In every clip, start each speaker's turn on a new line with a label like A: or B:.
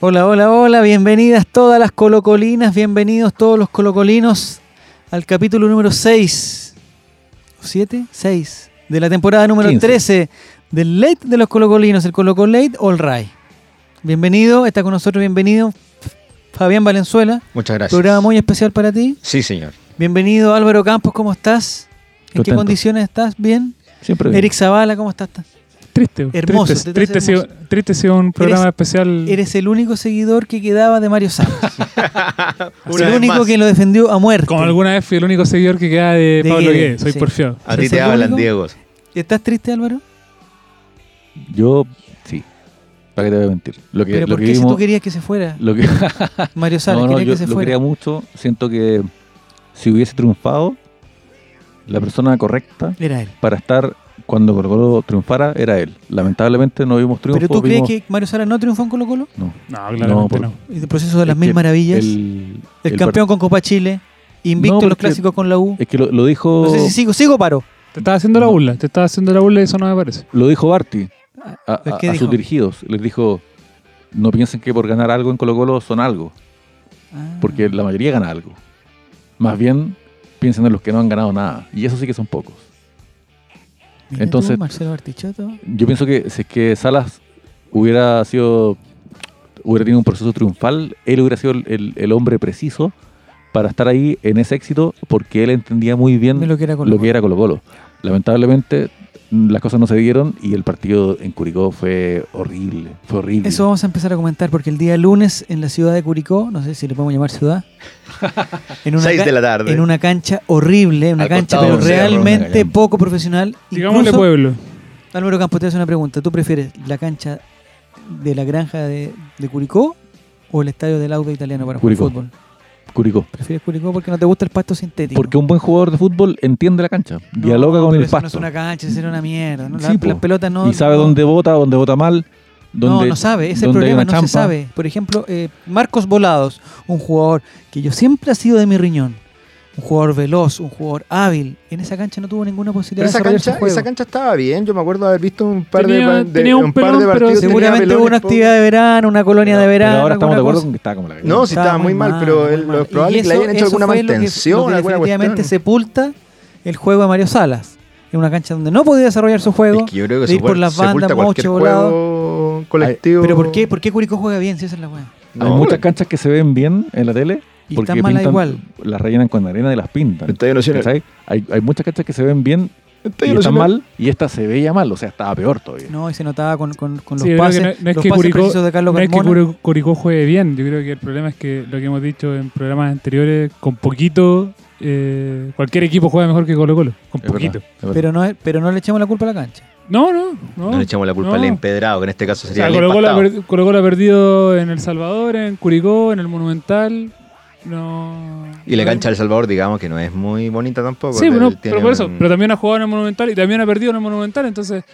A: Hola, hola, hola, bienvenidas todas las colocolinas, bienvenidos todos los colocolinos al capítulo número 6, ¿7? 6, de la temporada número
B: 15.
A: 13 del Late de los colocolinos, el Coloco Late All Right. Bienvenido, está con nosotros, bienvenido Fabián Valenzuela,
B: Muchas gracias.
A: programa muy especial para ti.
B: Sí, señor.
A: Bienvenido Álvaro Campos, ¿cómo estás? ¿En qué
B: Contento.
A: condiciones estás? ¿Bien?
B: Siempre bien.
A: Eric Zavala, ¿cómo estás?
C: Triste.
A: Hermoso, te
C: Triste,
A: traes
C: triste, ha sido- triste ha sido un programa
B: Mm.
C: especial.
A: Eres el único seguidor que quedaba de Mario Santos.
B: Una
A: el
B: vez
A: único
B: más.
A: que lo defendió a muerte.
C: como alguna vez fui el único seguidor que queda de,
A: De
C: Pablo
A: Guede,
C: Guede. Soy
A: sí.
C: porfiado.
B: A ti
A: ¿Eres el
B: te hablan,
A: único?
B: Diego.
A: ¿Estás triste, Álvaro?
D: Yo sí. ¿Para qué te voy a mentir? Lo que,
A: ¿Pero
D: lo
A: por
D: que
A: qué si
D: vimos,
A: tú querías que se fuera?
D: lo que,
A: Mario Salas
D: no, no,
A: quería
D: yo
A: que se
D: lo
A: fuera.
D: quería mucho. Siento que si hubiese triunfado, la persona correcta
A: Era él.
D: para estar cuando Colo Colo triunfara era él. Lamentablemente no vimos triunfo.
A: ¿Pero tú crees
D: vimos-
A: que Mario Salas no triunfó en Colo Colo?
D: No.
C: No, claramente
D: por-
C: no.
A: El proceso de las
D: Es
A: mil
D: que
A: maravillas. El,
D: El, el
A: campeón con Copa Chile. Invicto
D: No,
A: en los
D: porque-
A: clásicos con la U.
D: par- Es que lo, lo dijo
A: No sé si sigo, sigo o paro.
C: Te estaba haciendo la burla. Te estaba haciendo la burla y eso no me parece.
D: lo dijo Barty a, a-
A: Ah, ¿qué
D: a
A: dijo?
D: sus dirigidos. Les dijo, no piensen que por ganar algo en Colo Colo son algo. Ah, porque la mayoría gana algo. Más bien piensen en los que no han ganado nada, y eso sí que son pocos.
A: Mira
D: entonces-
A: tú, Marcelo Bartichotto.
D: Yo pienso que si es que Salas hubiera sido, hubiera tenido un proceso triunfal, él hubiera sido el, el- el hombre preciso para estar ahí en ese éxito, porque él entendía muy bien
A: Dime
D: lo
A: lo que era
D: que,
A: Colo Colo.
D: era Colo Colo. Lamentablemente mm, las cosas no se dieron y el partido en Curicó fue horrible, fue horrible.
A: Eso vamos a empezar a comentar porque el día lunes en la ciudad de Curicó, no sé si le podemos llamar ciudad, en una,
B: Seis
A: ca-
B: de la tarde.
A: en una cancha horrible, una
B: Al
A: cancha pero
B: costado de un cerro,
A: realmente
D: una cancha.
A: poco profesional.
C: Digámosle
A: Incluso-
C: pueblo.
A: Álvaro Campos, te hace una pregunta. ¿Tú prefieres la cancha de la granja de, de Curicó o el estadio del auto italiano para
D: Curicó.
A: jugar fútbol?
D: Curicó.
A: ¿Prefieres Curicó porque no te gusta el pasto sintético?
D: Porque un buen jugador de fútbol entiende la cancha,
A: No,
D: dialoga con
A: pero
D: el
A: eso
D: pasto.
A: No es una cancha, eso era una mierda. ¿no? La-
D: Sí, po.
A: las pelotas no.
D: y sabe
A: no-
D: dónde vota, dónde vota mal, dónde
A: no, no sabe, ese es el
D: dónde hay
A: problema, no
D: una champa.
A: se sabe. Por ejemplo, eh, Marcos Volados, un jugador que yo siempre ha sido de mi riñón, un jugador veloz, un jugador hábil, en esa cancha no tuvo ninguna posibilidad
B: Pero esa
A: de desarrollar
B: cancha,
A: su juego.
B: esa cancha estaba bien. Yo me acuerdo haber visto un par de,
C: Tenía-
B: pa- de-
C: tenía un
B: par de
C: pelón, pero
B: partidos. tenía
A: Seguramente hubo
B: pelones
A: una
B: po-
A: actividad de verano, una colonia de verano.
D: Pero ahora
A: alguna
D: estamos de acuerdo
A: cosa.
D: con que está como la cagada.
B: No, sí estaba muy mal, pero
A: muy
B: el- lo
A: mal.
B: probable
A: Y
B: es que le hayan hecho
A: eso
B: alguna
A: fue lo que-
B: mantención,
A: lo que
B: alguna
A: definitivamente
B: cuestión.
A: sepulta el juego de Mario Salas. En una cancha donde no podía desarrollar su juego.
B: Es que yo creo que
A: de
B: se
A: ir por
B: fue-
A: las
B: sepulta
A: bandas,
B: cualquier
A: mocho,
B: juego colectivo.
A: Pero ¿por qué? ¿Por qué Curicó juega bien? Si esa es la weá.
B: No,
D: Hay muchas canchas que se ven bien en la tele
A: Y
D: porque
A: están malas
D: pintan-
A: igual.
D: las rellenan con arena y las pintan.
B: Estadio Nacional.
D: ¿Cachai? Hay, hay muchas canchas que se ven bien y
B: Estadio
D: están
B: Nacional.
D: mal y esta se veía mal, o sea, estaba peor todavía.
A: No, y se notaba con, con, con los
C: Sí, yo creo que
A: pases.
C: no- no es
A: los
C: que
A: pases
C: Curicó-
A: precisos de Carlos
C: No es que
A: Carmona.
C: Curi- Curicó juegue bien. Yo creo que el problema es que lo que hemos dicho en programas anteriores, con poquito, eh, cualquier equipo juega mejor que Colo Colo. Con
D: Es verdad,
C: poquito.
D: es verdad.
A: Pero no, es- pero no le echemos la culpa a la cancha.
C: No, no, no.
B: No le echamos la culpa
C: no.
B: al empedrado, que en este caso
C: O
B: sería
C: sea,
B: el
C: Colo Colo, ha
B: empastado.
C: per- Colo Colo ha perdido en El Salvador, en Curicó, en el Monumental. No.
B: Y la
C: no-
B: cancha del Salvador, digamos que no es muy bonita tampoco.
C: Sí,
B: Él
C: no,
B: tiene
C: pero por eso.
B: un-
C: Pero también ha jugado en el Monumental y también ha perdido en el Monumental, entonces.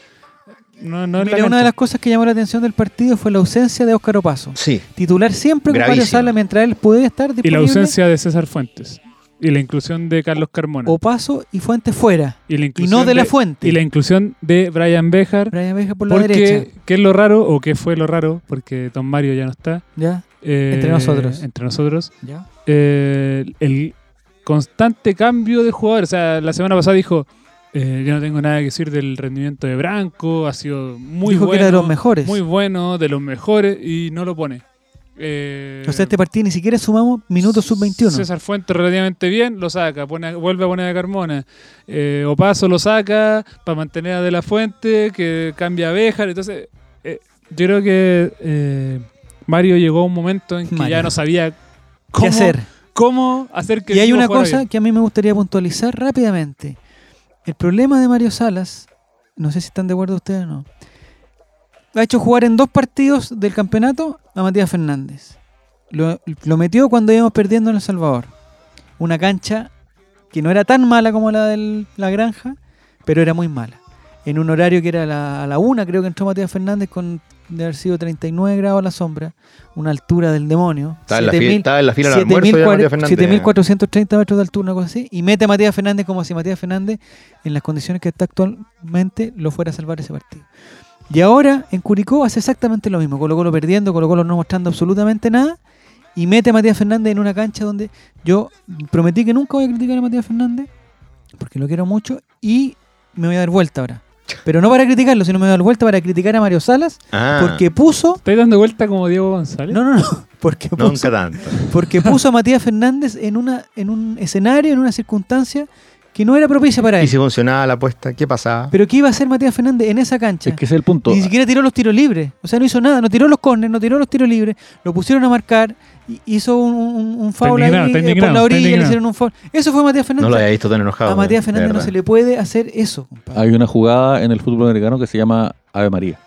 C: No, no es la
A: Mira, una de las
C: cancha.
A: cosas que llamó la atención del partido fue la ausencia de Óscar Opaso.
B: Sí,
A: Titular siempre con Mario
B: Gravísimo.
A: Salas mientras él podía estar
C: Y la
A: disponible.
C: ausencia de César Fuentes. Y la inclusión de Carlos Carmona.
A: Opaso y Fuente fuera.
C: y, la
A: Y
C: inclusión
A: no de la fuente.
C: Y la inclusión de Brian Bejar.
A: Brian Beja por la derecha.
C: Porque, ¿qué es lo raro? ¿O qué fue lo raro? Porque Don Mario ya no está.
A: Ya,
C: eh,
A: Entre nosotros.
C: Entre nosotros.
A: ya.
C: eh, el constante cambio de jugadores. O sea, la semana pasada dijo, eh, yo no tengo nada que decir del rendimiento de Branco, ha sido muy
A: Dijo
C: bueno.
A: que era de los mejores.
C: Muy bueno, de los mejores, y no lo pone. Eh,
A: O sea, este partido ni siquiera sumamos minutos sub-21.
C: César Fuentes relativamente bien, lo saca, pone, a- vuelve a poner a Carmona. Eh, Opaso lo saca para mantener a De La Fuente, que cambia a Béjar. Entonces, eh, yo creo que eh, Mario llegó a un momento en que
A: Mario.
C: ya no sabía cómo
A: ¿Qué hacer?
C: cómo hacer que
A: Y
C: el
A: hay
C: equipo
A: una
C: jugara
A: cosa
C: bien.
A: que a mí me gustaría puntualizar rápidamente. El problema de Mario Salas, no sé si están de acuerdo ustedes o no, ha hecho jugar en dos partidos del campeonato a Matías Fernández. Lo, lo metió cuando íbamos perdiendo en El Salvador. Una cancha que no era tan mala como la de la granja, pero era muy mala. En un horario que era la- a la una, creo que entró Matías Fernández con de haber sido 39 grados a la sombra, una altura del demonio.
B: estaba en la
A: 7000
B: fila, estaba en la fila del almuerzo ya Matías Fernández.
A: 7.430 metros de altura, una cosa así, y mete a Matías Fernández como si Matías Fernández, en las condiciones que está actualmente, lo fuera a salvar ese partido. Y ahora en Curicó hace exactamente lo mismo. Colocó lo perdiendo, colocó lo no mostrando absolutamente nada. Y mete a Matías Fernández en una cancha donde yo prometí que nunca voy a criticar a Matías Fernández, porque lo quiero mucho, y me voy a dar vuelta ahora. Pero no para criticarlo, sino me voy a dar vuelta para criticar a Mario Salas,
B: Ah,
A: porque puso.
C: ¿Estáis dando vuelta como Diego González?
A: No, no, no. Porque puso,
B: nunca tanto.
A: porque puso a Matías Fernández en, una, en un escenario, en una circunstancia que no era propicia para
B: Y
A: él.
B: si funcionaba la apuesta, ¿qué pasaba?
A: Pero ¿qué iba a hacer Matías Fernández en esa cancha?
D: Es que ese es el punto.
A: Ni siquiera tiró los tiros libres. O sea, no hizo nada. No tiró los corners, no tiró los tiros libres. Lo pusieron a marcar. y Hizo un, un, un foul ahí,
C: indignado, está
A: eh, por
C: indignado,
A: la
C: está
A: orilla. Le
C: indignado.
A: hicieron un foul. Eso fue Matías Fernández.
B: no lo había visto tan enojado.
A: a Matías
B: de
A: Fernández no
B: verdad.
A: se le puede hacer eso, compadre.
D: Hay una jugada en el fútbol americano que se llama Ave María.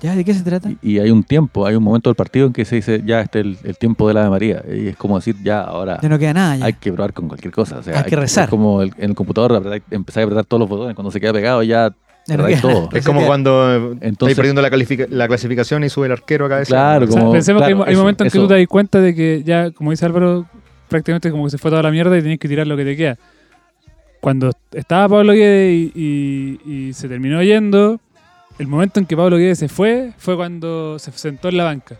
A: ¿Ya? ¿De qué se trata?
D: Y, y hay un tiempo, hay un momento del partido en que se dice, ya, este es el, el tiempo del Ave María. Y es como decir, ya,
B: ah,
D: ahora
A: Ya no queda nada. ya.
D: hay que probar con cualquier cosa. O sea,
A: Mm. Hay que rezar.
D: Es como el- en el computador apretar- empezar a apretar todos los botones. Cuando se queda pegado, ya
A: Ya no
D: apretáis
A: queda
D: todo.
A: nada.
B: Es como
A: Entonces,
B: cuando eh,
D: Entonces-
B: estáis perdiendo la, califica- la clasificación y sube el arquero a cabeza.
D: Claro,
C: O sea,
D: como-
C: pensemos que hay-
D: claro,
C: hay,
D: eso,
C: momentos en que
D: eso.
C: tú te das cuenta de que ya, como dice Álvaro, prácticamente como que se fue toda la mierda y tenés que tirar lo que te queda. Cuando estaba Pablo Guedes y, y- y se terminó yendo, el momento en que Pablo Guedes se fue fue cuando se sentó en la banca.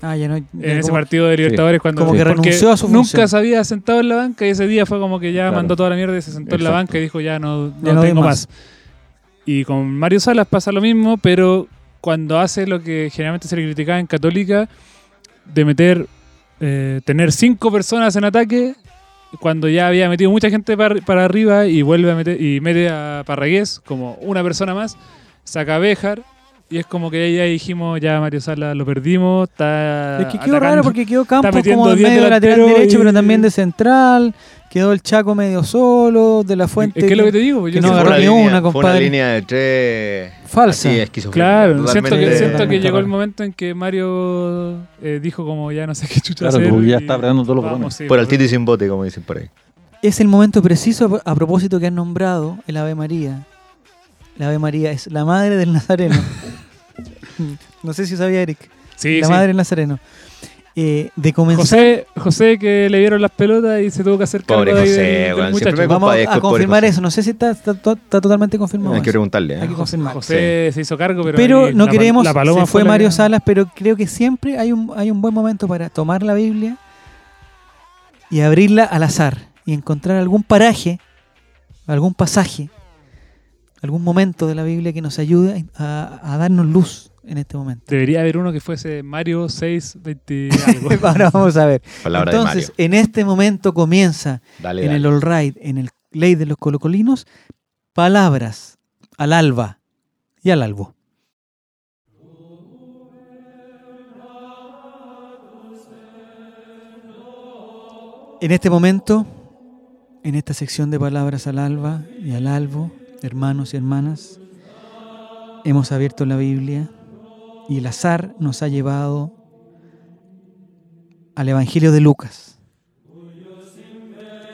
A: Ah, ya no. ya
C: En ese
A: como-
C: partido de Libertadores, cuando
A: Como que
C: porque
A: renunció a su
C: nunca
A: función.
C: se había sentado en la banca y ese día fue como que ya
D: Claro.
C: mandó toda la mierda y se sentó en la
D: Exacto.
C: banca y dijo ya no, no
A: Ya no doy
C: tengo
A: más.
C: más. Y con Mario Salas pasa lo mismo, pero cuando hace lo que generalmente se le criticaba en Católica, de meter, eh, tener cinco personas en ataque, cuando ya había metido mucha gente par- para arriba y vuelve a meter, y mete a Parragués como una persona más, saca a Béjar. Y es como que ahí ya dijimos, ya Mario Salas lo perdimos, está
A: Es que quedó
C: atacando.
A: raro porque quedó Campos
C: metiendo
A: como de
C: 10
A: medio lateral
C: delantero
A: derecho,
C: y-
A: pero también de central. Quedó el Chaco medio solo, de la fuente.
C: Es que es lo que te digo. pues,
A: que
C: Yo
A: no
B: Fue
C: siento-
A: agarró
B: una
A: ni
B: línea-
A: una,
B: Fue una
A: compadre.
B: línea de tres.
A: Falsa.
B: así, esquizofrénica,
C: claro, siento que,
B: pues, totalmente-
C: siento que
A: totalmente
C: llegó el
A: raro.
C: momento en que Mario eh, dijo como ya no sé qué chucha
D: Claro,
C: hacer.
D: tú ya
C: y
D: está apretando todos los
C: vamos,
D: botones.
C: sí,
B: Por
C: pues.
B: altito y sin bote, como dicen por ahí.
A: Es el momento preciso a propósito que han nombrado el Ave María. La Ave María es la madre del Nazareno. no sé si sabía Eric.
C: Sí,
A: la
C: sí.
A: madre del Nazareno. Eh, de comenzar.
C: José, José que le dieron las pelotas y se tuvo que hacer cargo
B: Pobre
C: de ahí
B: José,
C: del- del
B: weón,
C: muchacho.
B: siempre me-
A: Vamos
B: compadre,
A: a
B: es
A: confirmar
B: José.
A: eso. No sé si está, está to- está totalmente confirmado.
B: Hay que
A: eso.
B: preguntarle. ¿eh?
A: Hay que confirmar.
C: José se hizo cargo, pero,
A: Pero
C: ahí
A: no
C: la pal-
A: queremos,
C: la
A: se
C: paloma
A: fue
C: la
A: Mario
C: que-
A: Salas, pero creo que siempre hay un, hay un buen momento para tomar la Biblia y abrirla al azar y encontrar algún paraje, algún pasaje, algún momento de la Biblia que nos ayude a, a darnos luz en este momento.
C: Debería haber uno que fuese Mario 620 algo.
A: Ahora vamos a ver.
B: Palabra
A: Entonces,
B: de
A: en este momento comienza
B: Mario. Dale,
A: en
B: dale.
A: el All Right, en el Ley de los Colocolinos, palabras al alba y al albo. En este momento, en esta sección de palabras al alba y al albo, hermanos y hermanas, hemos abierto la Biblia y el azar nos ha llevado al Evangelio de Lucas.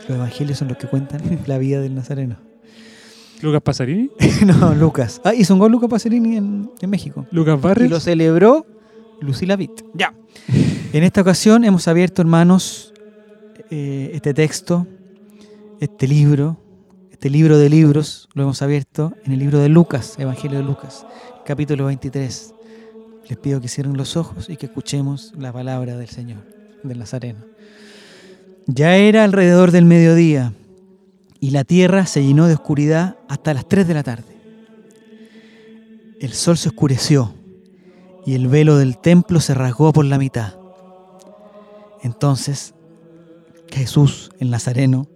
A: Los evangelios son los que cuentan la vida del Nazareno.
C: Lucas Pasarini,
A: no, Lucas. Ah, hizo un gol Lucas Pacerini en, en México.
C: Lucas
A: Y lo
C: Barrios.
A: celebró Lucila Vitt. Ya. En esta ocasión hemos abierto, hermanos, eh, este texto, este libro, este libro de libros, lo hemos abierto en el libro de Lucas, Evangelio de Lucas, capítulo 23. Les pido que cierren los ojos y que escuchemos la palabra del Señor, del Nazareno. Ya era alrededor del mediodía y la tierra se llenó de oscuridad hasta las 3 de la tarde. El sol se oscureció y el velo del templo se rasgó por la mitad. Entonces, Jesús, el Nazareno,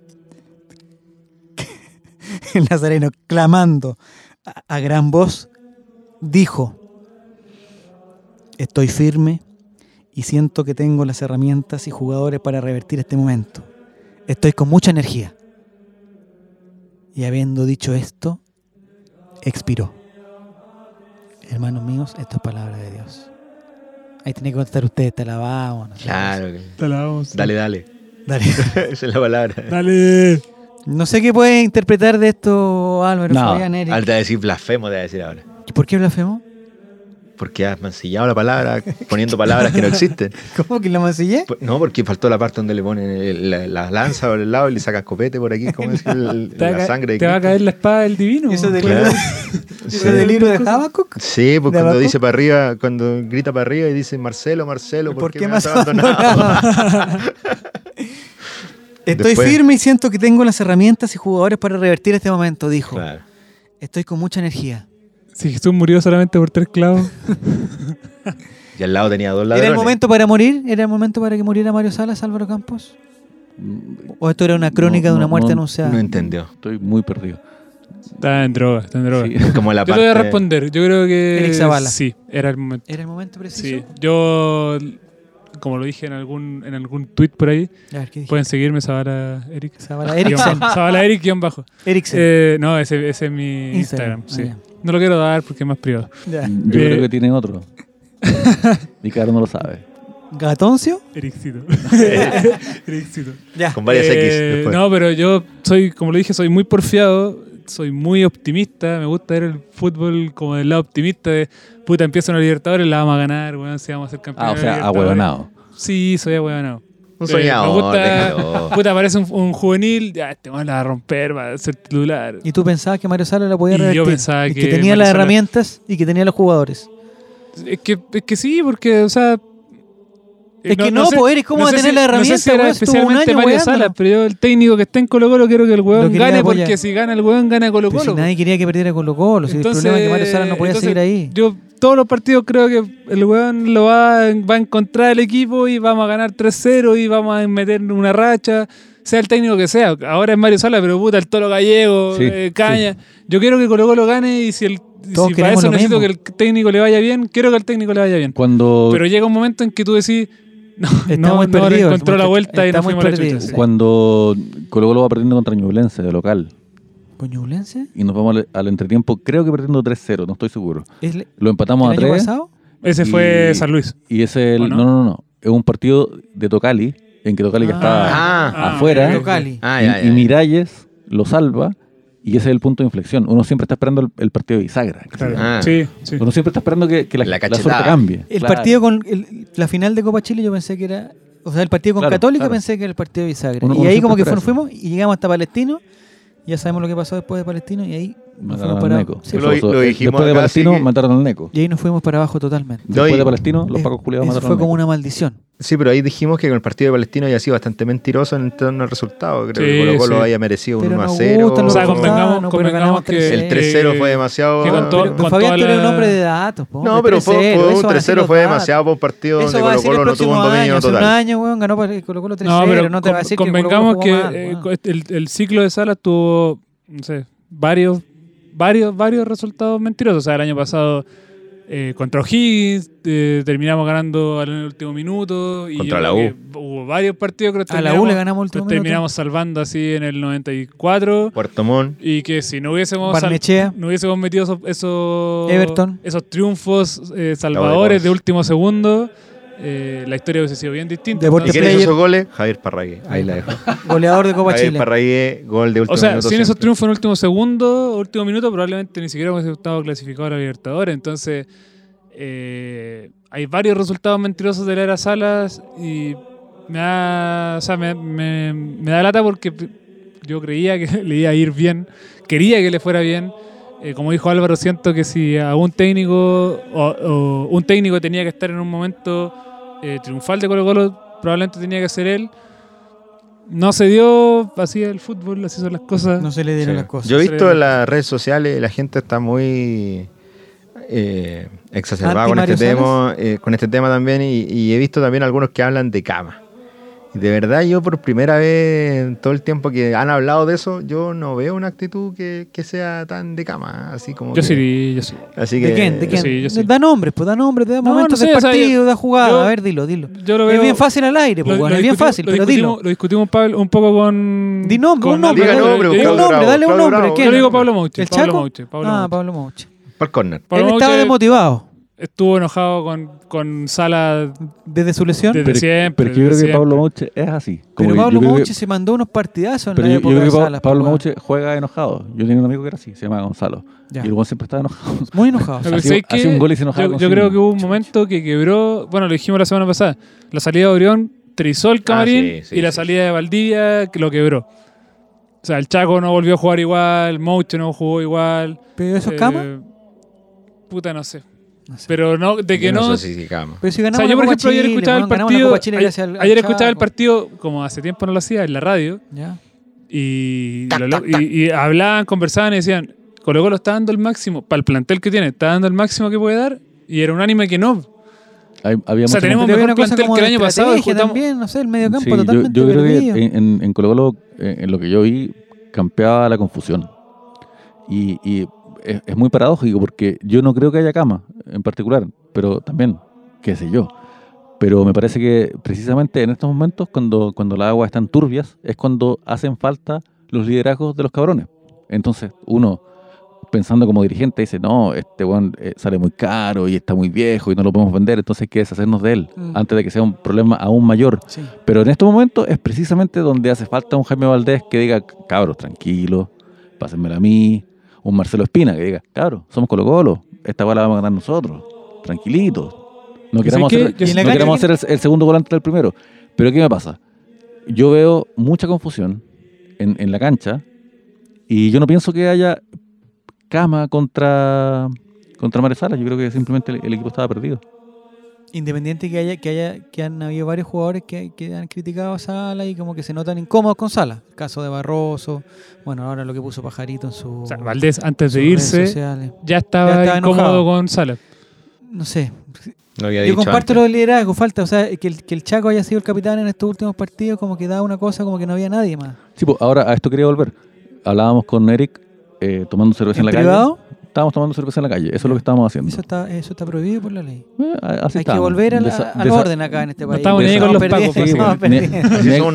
A: el Nazareno, clamando a, a gran voz, dijo, estoy firme y siento que tengo las herramientas y jugadores para revertir este momento. Estoy con mucha energía. Y habiendo dicho esto, expiró. Hermanos míos, esto es palabra de Dios. Ahí tiene que contestar ustedes, te la vamos. no sé.
B: Claro. que-
C: Te la vamos.
B: Dale, dale.
A: Dale.
B: Esa es la palabra.
C: Dale.
A: No sé qué puede interpretar de esto Álvaro
D: Nada.
A: Fabián Eric.
B: Alta decir blasfemo, te voy a decir ahora.
A: ¿Por qué blasfemo?
B: Porque has mancillado la palabra poniendo palabras que no existen.
A: ¿Cómo que la mancillé?
B: P- Pues, No, porque faltó la parte donde le ponen el- la, la lanza por el lado y le sacas copete por aquí, como es el-
C: Te, va a
B: la
C: ca-
B: sangre. de
C: te va a
B: Cristo.
C: caer la espada del divino.
A: ¿Eso del
B: Pues, Claro.
A: libro,
B: Sí.
A: ¿Eso del libro de Habacuc?
B: Sí, pues
A: ¿De
B: cuando
A: abajo?
B: dice para arriba, cuando grita para arriba y dice Marcelo, Marcelo, ¿por, qué, me has abandonado?
A: abandonado? Estoy
B: Después-
A: firme y siento que tengo las herramientas y jugadores para revertir este momento, dijo.
B: Claro.
A: Estoy con mucha energía.
C: Si Jesús murió solamente por tres clavos.
B: Y al lado tenía dos
A: ¿Era
B: ladrones.
A: el momento para morir? ¿Era el momento para que muriera Mario Salas, Álvaro Campos? ¿O esto era una crónica
D: No,
A: de una
D: no,
A: muerte
D: no,
A: anunciada?
B: No entendió.
D: Estoy muy perdido.
C: Está en droga, está en droga.
D: Sí.
B: Como la
C: Yo te
B: parte...
C: voy a responder. Yo creo que.
A: Eric Zavala.
C: Sí, era el momento.
A: ¿Era el momento preciso?
C: Sí. Yo, como lo dije en algún, en algún tweet por ahí,
A: A ver, ¿qué dije?
C: pueden seguirme, Zavala Eric.
A: Zavala Erickson.
C: Guión- Zavala Eric guión bajo.
A: Erickson.
C: Eh, no, ese, ese es mi
A: Instagram,
C: Instagram.
A: ah,
C: sí. No lo quiero dar porque es más privado.
A: Ya.
D: Yo creo
C: Eh.
D: que tiene otro. Mi cara no lo sabe.
A: ¿Gatoncio?
C: Ericito. Ericito.
A: Ya.
B: Con varias X
C: Eh,
B: después.
C: No, pero yo soy, como lo dije, soy muy porfiado, soy muy optimista, me gusta ver el fútbol como del lado optimista de puta, empieza una Libertadores, la vamos a ganar, weón, si vamos a ser campeones.
D: Ah, o
C: de
D: sea,
C: Libertadores.
D: ahueonado.
C: Sí, soy ahueonado.
B: Un
C: Eh, me
B: soñador,
C: gusta-
B: déjalo.
C: Puta, aparece un, un juvenil, ya, este weón la va a romper, va a ser titular.
A: ¿Y tú pensabas que Mario Salas la podía
C: Y yo
A: revertir?
C: pensaba
A: Y
C: que
A: tenía las
C: Mario Salas-
A: herramientas y que tenía los jugadores.
C: Es que, es que sí, porque, o sea.
A: Es que no,
C: sé-
A: po, Eric, ¿cómo va a
C: sé
A: tener la
C: No sé si
A: herramienta,
C: era
A: weón? Estuvo un
C: especialmente
A: año
C: Mario
A: weándolo.
C: Salas, pero yo, el técnico que está en Colo-Colo, quiero que el
A: Lo
C: weón
A: quería
C: gane,
A: apoyar.
C: porque si gana el weón, gana
A: Pero si
C: Colo-Colo.
A: nadie quería que perdiera Colo Colo. Si el
C: Entonces-
A: problema es que Mario Salas no podía
C: entonces,
A: seguir ahí.
C: Yo, todos los partidos creo que el weón lo va, va a encontrar el equipo y vamos a ganar 3-0 y vamos a meter una racha, sea el técnico que sea. Ahora es Mario Sala, pero puta, el Toro Gallego,
D: Sí,
C: eh, Caña. Yo quiero que Colo Colo gane y si, el, y
A: Todos
C: si para
A: queremos
C: eso
A: lo
C: necesito
A: mismo.
C: que el técnico le vaya bien, quiero que al técnico le vaya bien.
D: Cuando,
C: Pero llega un momento en que tú decís, no, no,
A: Estamos
C: no le
A: perdidos,
C: encontró la
A: muchachos.
C: vuelta y nos
A: Estamos
C: fuimos a la chucha.
A: perdidos.
C: sí.
D: cuando Colo Colo va perdiendo contra Ñublense de local
A: ¿Coñublense?
D: y nos vamos al, al entretiempo, creo que perdiendo 3-0, no estoy seguro.
A: ¿Es le-
D: Lo
A: ¿El
D: empatamos a
A: año
D: 3
A: pasado?
C: Ese fue
D: Y-
C: San Luis.
D: y es el...
C: ¿O
D: No,
C: no?
D: no, no. Es un partido de Tocali, en que Tocali que estaba...
B: Ah,
D: afuera.
C: ok.
A: Tocali.
B: ah,
D: y,
B: ya, ya,
D: y
B: ya.
D: Miralles lo salva y ese es el punto de inflexión. Uno siempre está esperando el, el partido de bisagra.
C: Claro.
B: Ah.
C: Sí, sí.
D: Uno siempre está esperando que, que la,
B: La
D: la
B: cachetada.
D: suerte cambie.
A: El
D: Claro.
A: partido con el- la final de Copa Chile yo pensé que era... O sea, el partido con
D: Claro,
A: Católica
D: claro.
A: pensé que era el partido de Bisagra.
D: Uno-
A: y
D: uno
A: ahí
D: siempre
A: como que
D: espera
A: fueron- fuimos y llegamos hasta Palestino. Ya sabemos lo que pasó después de Palestino y ahí nos
D: Mataron
A: fuimos
D: al
A: para
D: Neco.
A: abajo. Sí.
B: Lo- lo dijimos
D: Después de
B: acá,
D: Palestino
B: así que-
D: mataron al Neco.
A: Y ahí nos fuimos para abajo totalmente.
B: No,
D: Después
B: y-
D: de Palestino, los
A: Eh,
D: pacos culiados
A: Eso
D: mataron
A: fue
D: al
A: como una
D: Neco.
A: maldición.
B: Sí, pero ahí dijimos que con el partido de Palestino ya ha sido bastante mentiroso en torno al resultado. Creo
C: Sí,
B: que Colo Colo
C: sí.
B: haya merecido un
A: Pero
B: 1 a
A: nos
B: 0.
A: gustan
C: O
A: los
C: sea,
A: resultados,
C: convengamos-
A: no, pero
C: convengamos
A: ganamos
C: que-
A: 3-0.
B: el 3-0 fue
C: Eh,
B: demasiado.
C: que con todo-
A: Pero
C: con
A: Fabián, tú
C: toda
A: eres un
C: la-
A: hombre de datos. po,
B: No,
A: de
B: pero fue,
A: 3-0,
B: fue
A: eso
B: un
A: va a decir
B: 3-0
A: los
B: fue
A: datos.
B: demasiado por un partido
A: Eso
B: donde
A: va a
B: Colo
A: decir el
B: Colo no tuvo
A: próximo
B: un dominio
A: año. Hace un
B: total.
A: año, weón, ganó para el Colo Colo 3-0.
C: No, pero
A: no te va a
C: con-
A: decir
C: convengamos
A: que,
C: que,
A: el Colo Colo jugó mal,
C: eh,
A: weón.
C: el, el ciclo de Salas tuvo, no sé, varios, varios, varios resultados mentirosos. O sea, el año pasado eh, contra O'Higgins eh, terminamos ganando en el último minuto. Y
B: Contra
C: yo
B: la
C: creo que Hubo varios partidos que los
A: A la U le
C: terminamos-
A: ganamos el
C: los
A: último minuto.
C: terminamos salvando así en el 94.
B: Puerto Montt.
C: Y que si no hubiésemos, sal-
A: Barnechea.
C: no hubiésemos metido esos, esos,
A: Everton.
C: esos triunfos eh, salvadores de último segundo, eh, la historia hubiese sido bien distinta.
A: Deporte
B: ¿Y quién
A: Player.
B: hizo esos goles? Javier Parragué. Ahí la dejo.
A: Goleador de Copa
B: Javier
A: Chile.
B: Parragué, gol de último
C: O sea,
B: minuto
C: sin esos
B: siempre.
C: triunfos en último segundo, último minuto, probablemente ni siquiera hubiese estado clasificado a la Libertadores. Entonces, eh, hay varios resultados mentirosos de la era Salas y me da, o sea, me, me- me da lata porque yo creía que le iba a ir bien, quería que le fuera bien. Eh, como dijo Álvaro, siento que si a un técnico o, o un técnico tenía que estar en un momento eh, triunfal de Colo Colo, probablemente tenía que ser él. No se dio, así es el fútbol, así son las cosas.
A: No se le dieron
B: Sí.
A: las cosas.
B: Yo he visto
C: Sí.
B: en las redes sociales, la gente está muy eh, exacerbada
A: ¿Anti
B: con este,
A: Mario
B: tema, eh, con este tema también y, y he visto también algunos que hablan de cama. Y de verdad yo por primera vez en todo el tiempo que han hablado de eso, yo no veo una actitud que, que sea tan de cama, así como... que-
C: Yo sí, yo sí.
B: Así que,
A: ¿De quién? ¿De quién?
C: sí, yo sí.
A: Da nombres, pues da nombres, da
C: No,
A: momentos
C: no sé,
A: del
C: o sea,
A: partido,
C: yo-
A: da jugada.
C: yo-
A: A ver, dilo, dilo.
C: Yo lo
A: es
C: veo-
A: bien fácil al aire, pues,
C: lo-
A: weón,
C: lo
A: es bien
C: discutimos-
A: fácil,
C: lo
A: pero dilo.
C: discutimos- Lo discutimos Pablo, un poco con.
A: Di nombre, un nombre.
B: Diga
A: weón.
B: nombre,
A: un
B: Pablo
A: nombre,
B: Bravo,
A: dale un
B: Pablo
A: nombre.
B: Bravo.
A: ¿quién?
C: Yo le digo Pablo Mouche.
A: ¿El
C: Pablo
A: Chaco?
C: Mouche, Pablo
A: ah,
C: Mouche.
A: Pablo Mouche.
B: Por corner.
C: Pablo
A: Él estaba
C: Mouche-
A: desmotivado.
C: estuvo enojado con, con Sala
A: desde su lesión.
C: desde
D: Pero-
C: siempre.
D: Pero que yo creo
C: desde
D: que Pablo
C: siempre.
D: Mouche es así. Como
A: Pero
D: que yo
A: Pablo
D: creo que-
A: Mouche se mandó unos partidazos en
D: Pero
A: la
D: yo, yo
A: época
D: creo
A: de
D: que Pa-
A: Salas,
D: Pablo
A: pues,
D: Mouche juega enojado. Yo tenía un amigo que era así, se llama Gonzalo.
A: Ya.
D: Y el Gonzalo siempre estaba enojado.
A: Muy enojado.
C: Lo que
D: Hacía-
C: sé es que
D: hacía un gol y se enojaba
C: Yo,
D: con
C: yo
D: sí
C: creo
D: mismo.
C: que hubo un momento que quebró, bueno, lo dijimos la semana pasada, la salida de Orión trizó el camarín
B: sí, sí,
C: y la
B: sí.
C: salida de Valdivia que lo quebró. O sea, el Chaco no volvió a jugar igual, Mouche no jugó igual.
A: Pero eso es
C: eh,
A: cama.
C: Puta, no sé.
A: No sé.
C: Pero no, de que
B: Yo
C: no...
B: no sé si sigamos.
A: Pero si
C: o
A: ganamos
C: sea,
A: la
C: yo por
A: Copa
C: ejemplo ayer
A: Chile,
C: escuchaba el
A: weón, ganamos la
C: partido...
A: Copa Chile
C: Ayer,
A: gracias al- al
C: ayer escuchaba el
A: Chaco.
C: partido, como hace tiempo no lo hacía, en la radio.
A: Ya.
C: Y, lo- y- y hablaban, conversaban y decían, Colo Colo está dando el máximo, para el plantel que tiene, está dando el máximo que puede dar. Y era unánime que no.
D: Hay- había
C: O sea,
D: mucha
C: tenemos
A: Pero
D: gente-
A: había
C: mejor plantel que el
A: de
C: año pasado y
A: estrategia
C: juntamos-
A: también, no sé, el medio campo
D: Sí, yo-
A: totalmente
D: yo, creo
A: perdido.
D: que eh, en, en, en Colo Colo, en, en lo que yo vi, campeaba la confusión. Y, y es, es muy paradójico porque yo no creo que haya cama en particular, pero también, qué sé yo. Pero me parece que precisamente en estos momentos, cuando, cuando las aguas están turbias, es cuando hacen falta los liderazgos de los cabrones. Entonces, uno, pensando como dirigente, dice, no, este weón eh, sale muy caro y está muy viejo y no lo podemos vender, entonces hay que deshacernos de él
A: Mm.
D: antes de que sea un problema aún mayor.
A: Sí.
D: Pero en estos momentos es precisamente donde hace falta un Jaime Valdés que diga, cabros, tranquilo, pásenmela a mí. Un Marcelo Espina que diga, cabros, somos Colo Colo, esta bola la vamos a ganar nosotros, tranquilitos. No queremos
C: qué?
D: hacer, no
C: Yo-
A: ¿Y en la cancha
D: queremos hacer el, el segundo volante del primero. Pero ¿qué me pasa? Yo veo mucha confusión en, en la cancha y yo no pienso que haya cama contra, contra Mario Salas. Yo creo que simplemente el- el equipo estaba perdido.
A: Independiente que haya, que haya, que han habido varios jugadores que, que han criticado a Sala y como que se notan incómodos con Sala. El caso de Barroso, bueno, ahora lo que puso Pajarito en su
C: O sea, Valdés, antes de
A: sus redes
C: irse,
A: sociales.
C: ya estaba,
A: Ya estaba
C: incómodo
A: enojado.
C: con Sala.
A: No sé.
B: Lo había
A: Yo
B: dicho
A: comparto
B: antes.
A: lo del liderazgo, falta, o sea, que el, que el Chaco haya sido el capitán en estos últimos partidos, como que da una cosa como que no había nadie más.
D: Sí, pues ahora a esto quería volver. Hablábamos con Eric eh, tomando cerveza en,
A: ¿En
D: la
A: privado?
D: calle. Estábamos tomando cerveza en la calle, eso es lo que estábamos haciendo.
A: Eso está, eso está prohibido por la ley.
D: Eh, a- así
A: Hay que
D: estábamos.
A: volver a la-
D: Desa-
A: al
D: desa-
A: orden acá en este
C: no
A: país.
C: estamos
D: ni ahí con
A: Estamos
D: los
A: perdiendo,
C: pacos,
A: estamos
D: básicamente.
A: perdiendo.
B: Así
D: Ni-
B: somos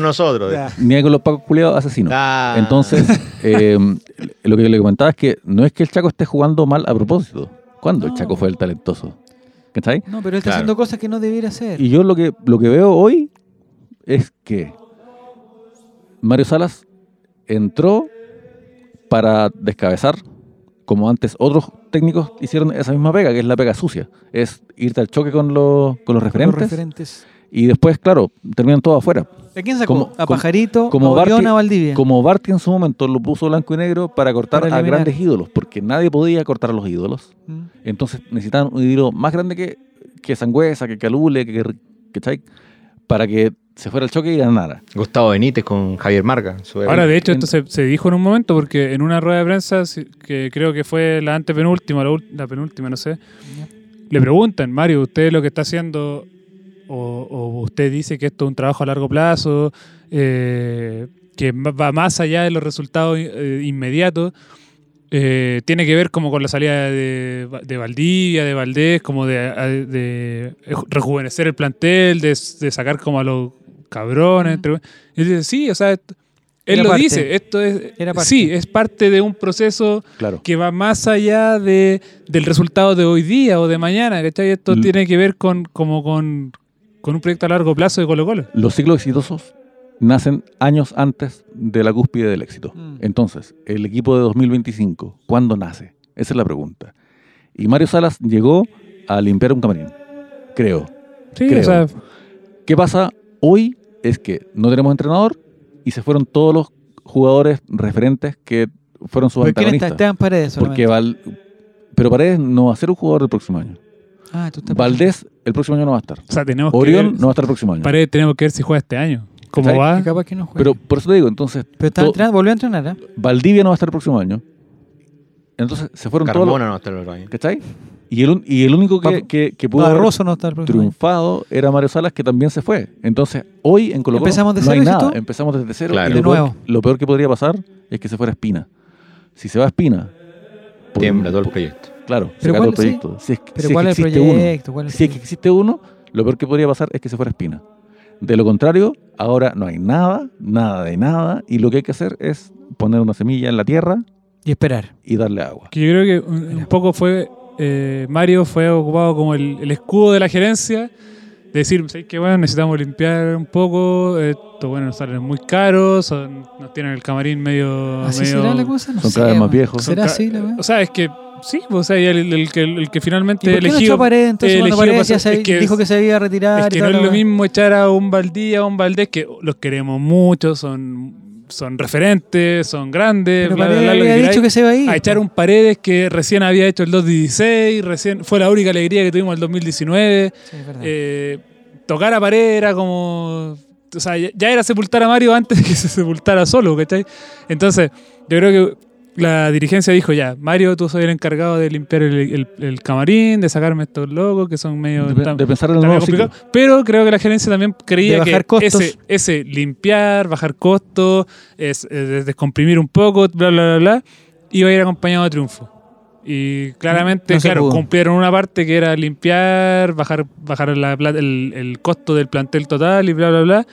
B: nosotros.
A: Ya.
D: Ni ahí con los pacos culiados asesinos.
B: Ah.
D: Entonces, eh, lo que le comentaba es que no es que el Chaco esté jugando mal a propósito. ¿Cuándo el
A: No.
D: Chaco fue el talentoso? ¿Cachai?
A: No, pero él está
B: Claro.
A: haciendo cosas que no debiera hacer.
D: Y yo lo que, lo que veo hoy es que Mario Salas entró para descabezar, como antes otros técnicos hicieron esa misma pega, que es la pega sucia. Es irte al choque con, los- con los
A: Los
D: referentes
A: referentes.
D: y después, claro, terminan todos afuera.
A: ¿A quién sacó?
D: Como-
A: a
D: como-
A: Pajarito,
D: como
A: a Orión,
D: Barti-
A: a Valdivia.
D: Como Barty en su momento lo puso blanco y negro para cortar
A: Para
D: a
A: eliminar.
D: grandes ídolos, porque nadie podía cortar a los ídolos.
A: Mm.
D: Entonces necesitaban un ídolo más grande que, que Sangüesa, que Calule, que, que Chay, para que se fuera el choque y ganara.
B: Gustavo Benítez con Javier Marca. su-
C: Ahora, de hecho,
D: en-
C: esto se, se dijo en un momento, porque en una rueda de prensa, si- que creo que fue la antepenúltima, la, ul- la penúltima, no sé,
A: Ya.
C: le preguntan, Mario, ¿usted lo que está haciendo, o, o usted dice que esto es un trabajo a largo plazo, eh, que ma- va más allá de los resultados eh, inmediatos? eh, tiene que ver como con la salida de, de Valdivia, de Valdés, como de, de rejuvenecer el plantel, de, de sacar como a los cabrones.
A: Ujú.
C: entre- y dice, sí, o sea, esto- él
A: Era
C: lo
A: parte.
C: dice, esto es,
A: Era parte.
C: sí, es parte de un proceso
D: Claro.
C: que va más allá de, del resultado de hoy día o de mañana, ¿cachai? Esto
D: L-
C: tiene que ver con, como con, con un proyecto a largo plazo de Colo Colo.
D: Los ciclos exitosos nacen años antes de la cúspide del éxito.
A: Mm.
D: Entonces, el equipo de 2025, ¿cuándo nace? Esa es la pregunta. Y Mario Salas llegó a limpiar un camarín, creo.
C: Sí,
D: Creo.
C: o sea,
D: ¿Qué pasa hoy? Es que no tenemos entrenador y se fueron todos los jugadores referentes que fueron sus
A: ¿Pero quién está? este
D: antagonistas.
A: Esteban Paredes solamente.
D: Porque Val- pero Paredes no va a ser un jugador del próximo año.
A: Ah, tú estás
D: Valdés el próximo año no va a estar.
C: o sea, tenemos
D: Orión
C: que
D: no va a estar el próximo año.
C: ver, Paredes, tenemos que ver si juega este año. ¿Cómo
A: pensando
D: ¿Cachai?
C: va?
A: que capaz que no juega.
D: Pero por eso te digo, entonces
A: Pero está
D: to-
A: entrenando, volvió a entrenar, ¿eh?
D: Valdivia no va a estar el próximo año. Entonces se fueron todos
B: Carmona no está en el
D: los, ¿Cachai? Y el, un- y el único que,
A: Vamos.
D: que, que pudo haber
A: Barroso no está el próximo año.
D: triunfado era Mario Salas, que también se fue. Entonces, hoy en Colo Colo
A: Empezamos de
D: no
A: cero,
D: hay
A: dices
D: nada.
A: tú.
D: Empezamos desde cero.
B: Claro.
D: Y
A: De
D: lo, peor-
A: nuevo.
D: lo peor que podría pasar es que se fuera Espina. Si se va Espina... por-
B: Tiembla todo el proyecto.
D: Claro, se
A: Pero
D: cae todo
A: cuál-
D: el
A: sí.
D: proyecto. Si es,
A: Pero
D: si es
A: ¿cuál
D: que
A: es el
D: existe uno.
A: proyecto? ¿Cuál es el
D: Si es que
A: proyecto?
D: existe uno, lo peor que podría pasar es que se fuera Espina. De lo contrario, ahora no hay nada, nada de nada, y lo que hay que hacer es poner una semilla en la tierra
A: Y esperar.
D: y darle agua.
C: Que yo creo que un, un poco fue eh, Mario fue ocupado como el, el escudo de la gerencia. De decir, "Sí, que bueno, necesitamos limpiar un poco, esto bueno, nos salen muy caros, son- nos tienen el camarín medio...
A: ¿Así
C: medio-
A: será la cosa? Ah, No
D: Son
A: sé,
D: cada vez más
A: weón.
D: viejos.
A: ¿Será
C: Son ca-
A: así la weá?
C: O sea, es que sí, pues, o sea, y el, el que, el que
A: ¿Y
C: finalmente
A: por qué no echó
C: elegido...
A: a Paredes? Entonces cuando
C: elegido
A: Paredes
C: pasó-
A: ya se-
C: es que-
A: dijo que se iba a retirar
C: Es
A: y
C: que no
A: toda
C: es
A: la
C: lo
A: weá.
C: mismo echar a un Valdía, a un Valdés, que los queremos mucho, son, son referentes, son grandes,
A: Pero
C: bla, bla,
A: Paredes
C: bla, lo que
A: había dicho
C: queráis,
A: que se iba a ir.
C: a echar un Paredes que recién había hecho el 2.16, recién fue la única alegría que tuvimos el 2019.
A: Sí, es verdad.
C: Eh, tocar a pared era como. O sea, ya- ya era sepultar a Mario antes de que se sepultara solo, ¿cachai? Entonces, yo creo que la dirigencia dijo ya, Mario, tú soy el encargado de limpiar el, el- el camarín, de sacarme estos locos que son medio...
D: De,
C: tan-
D: de pensar en el
C: tan medio
D: nuevo ciclo.
C: complicados". Pero creo que la gerencia también
A: De
C: creía que
A: bajar costos.
C: ese, ese limpiar, bajar costos, es, eh, descomprimir un poco, bla, bla, bla, bla, iba a ir acompañado de triunfo. Y claramente,
A: No se
C: claro,
A: pudo.
C: cumplieron una parte que era limpiar, bajar, bajar la plata- el, el costo del plantel total y bla, bla, bla.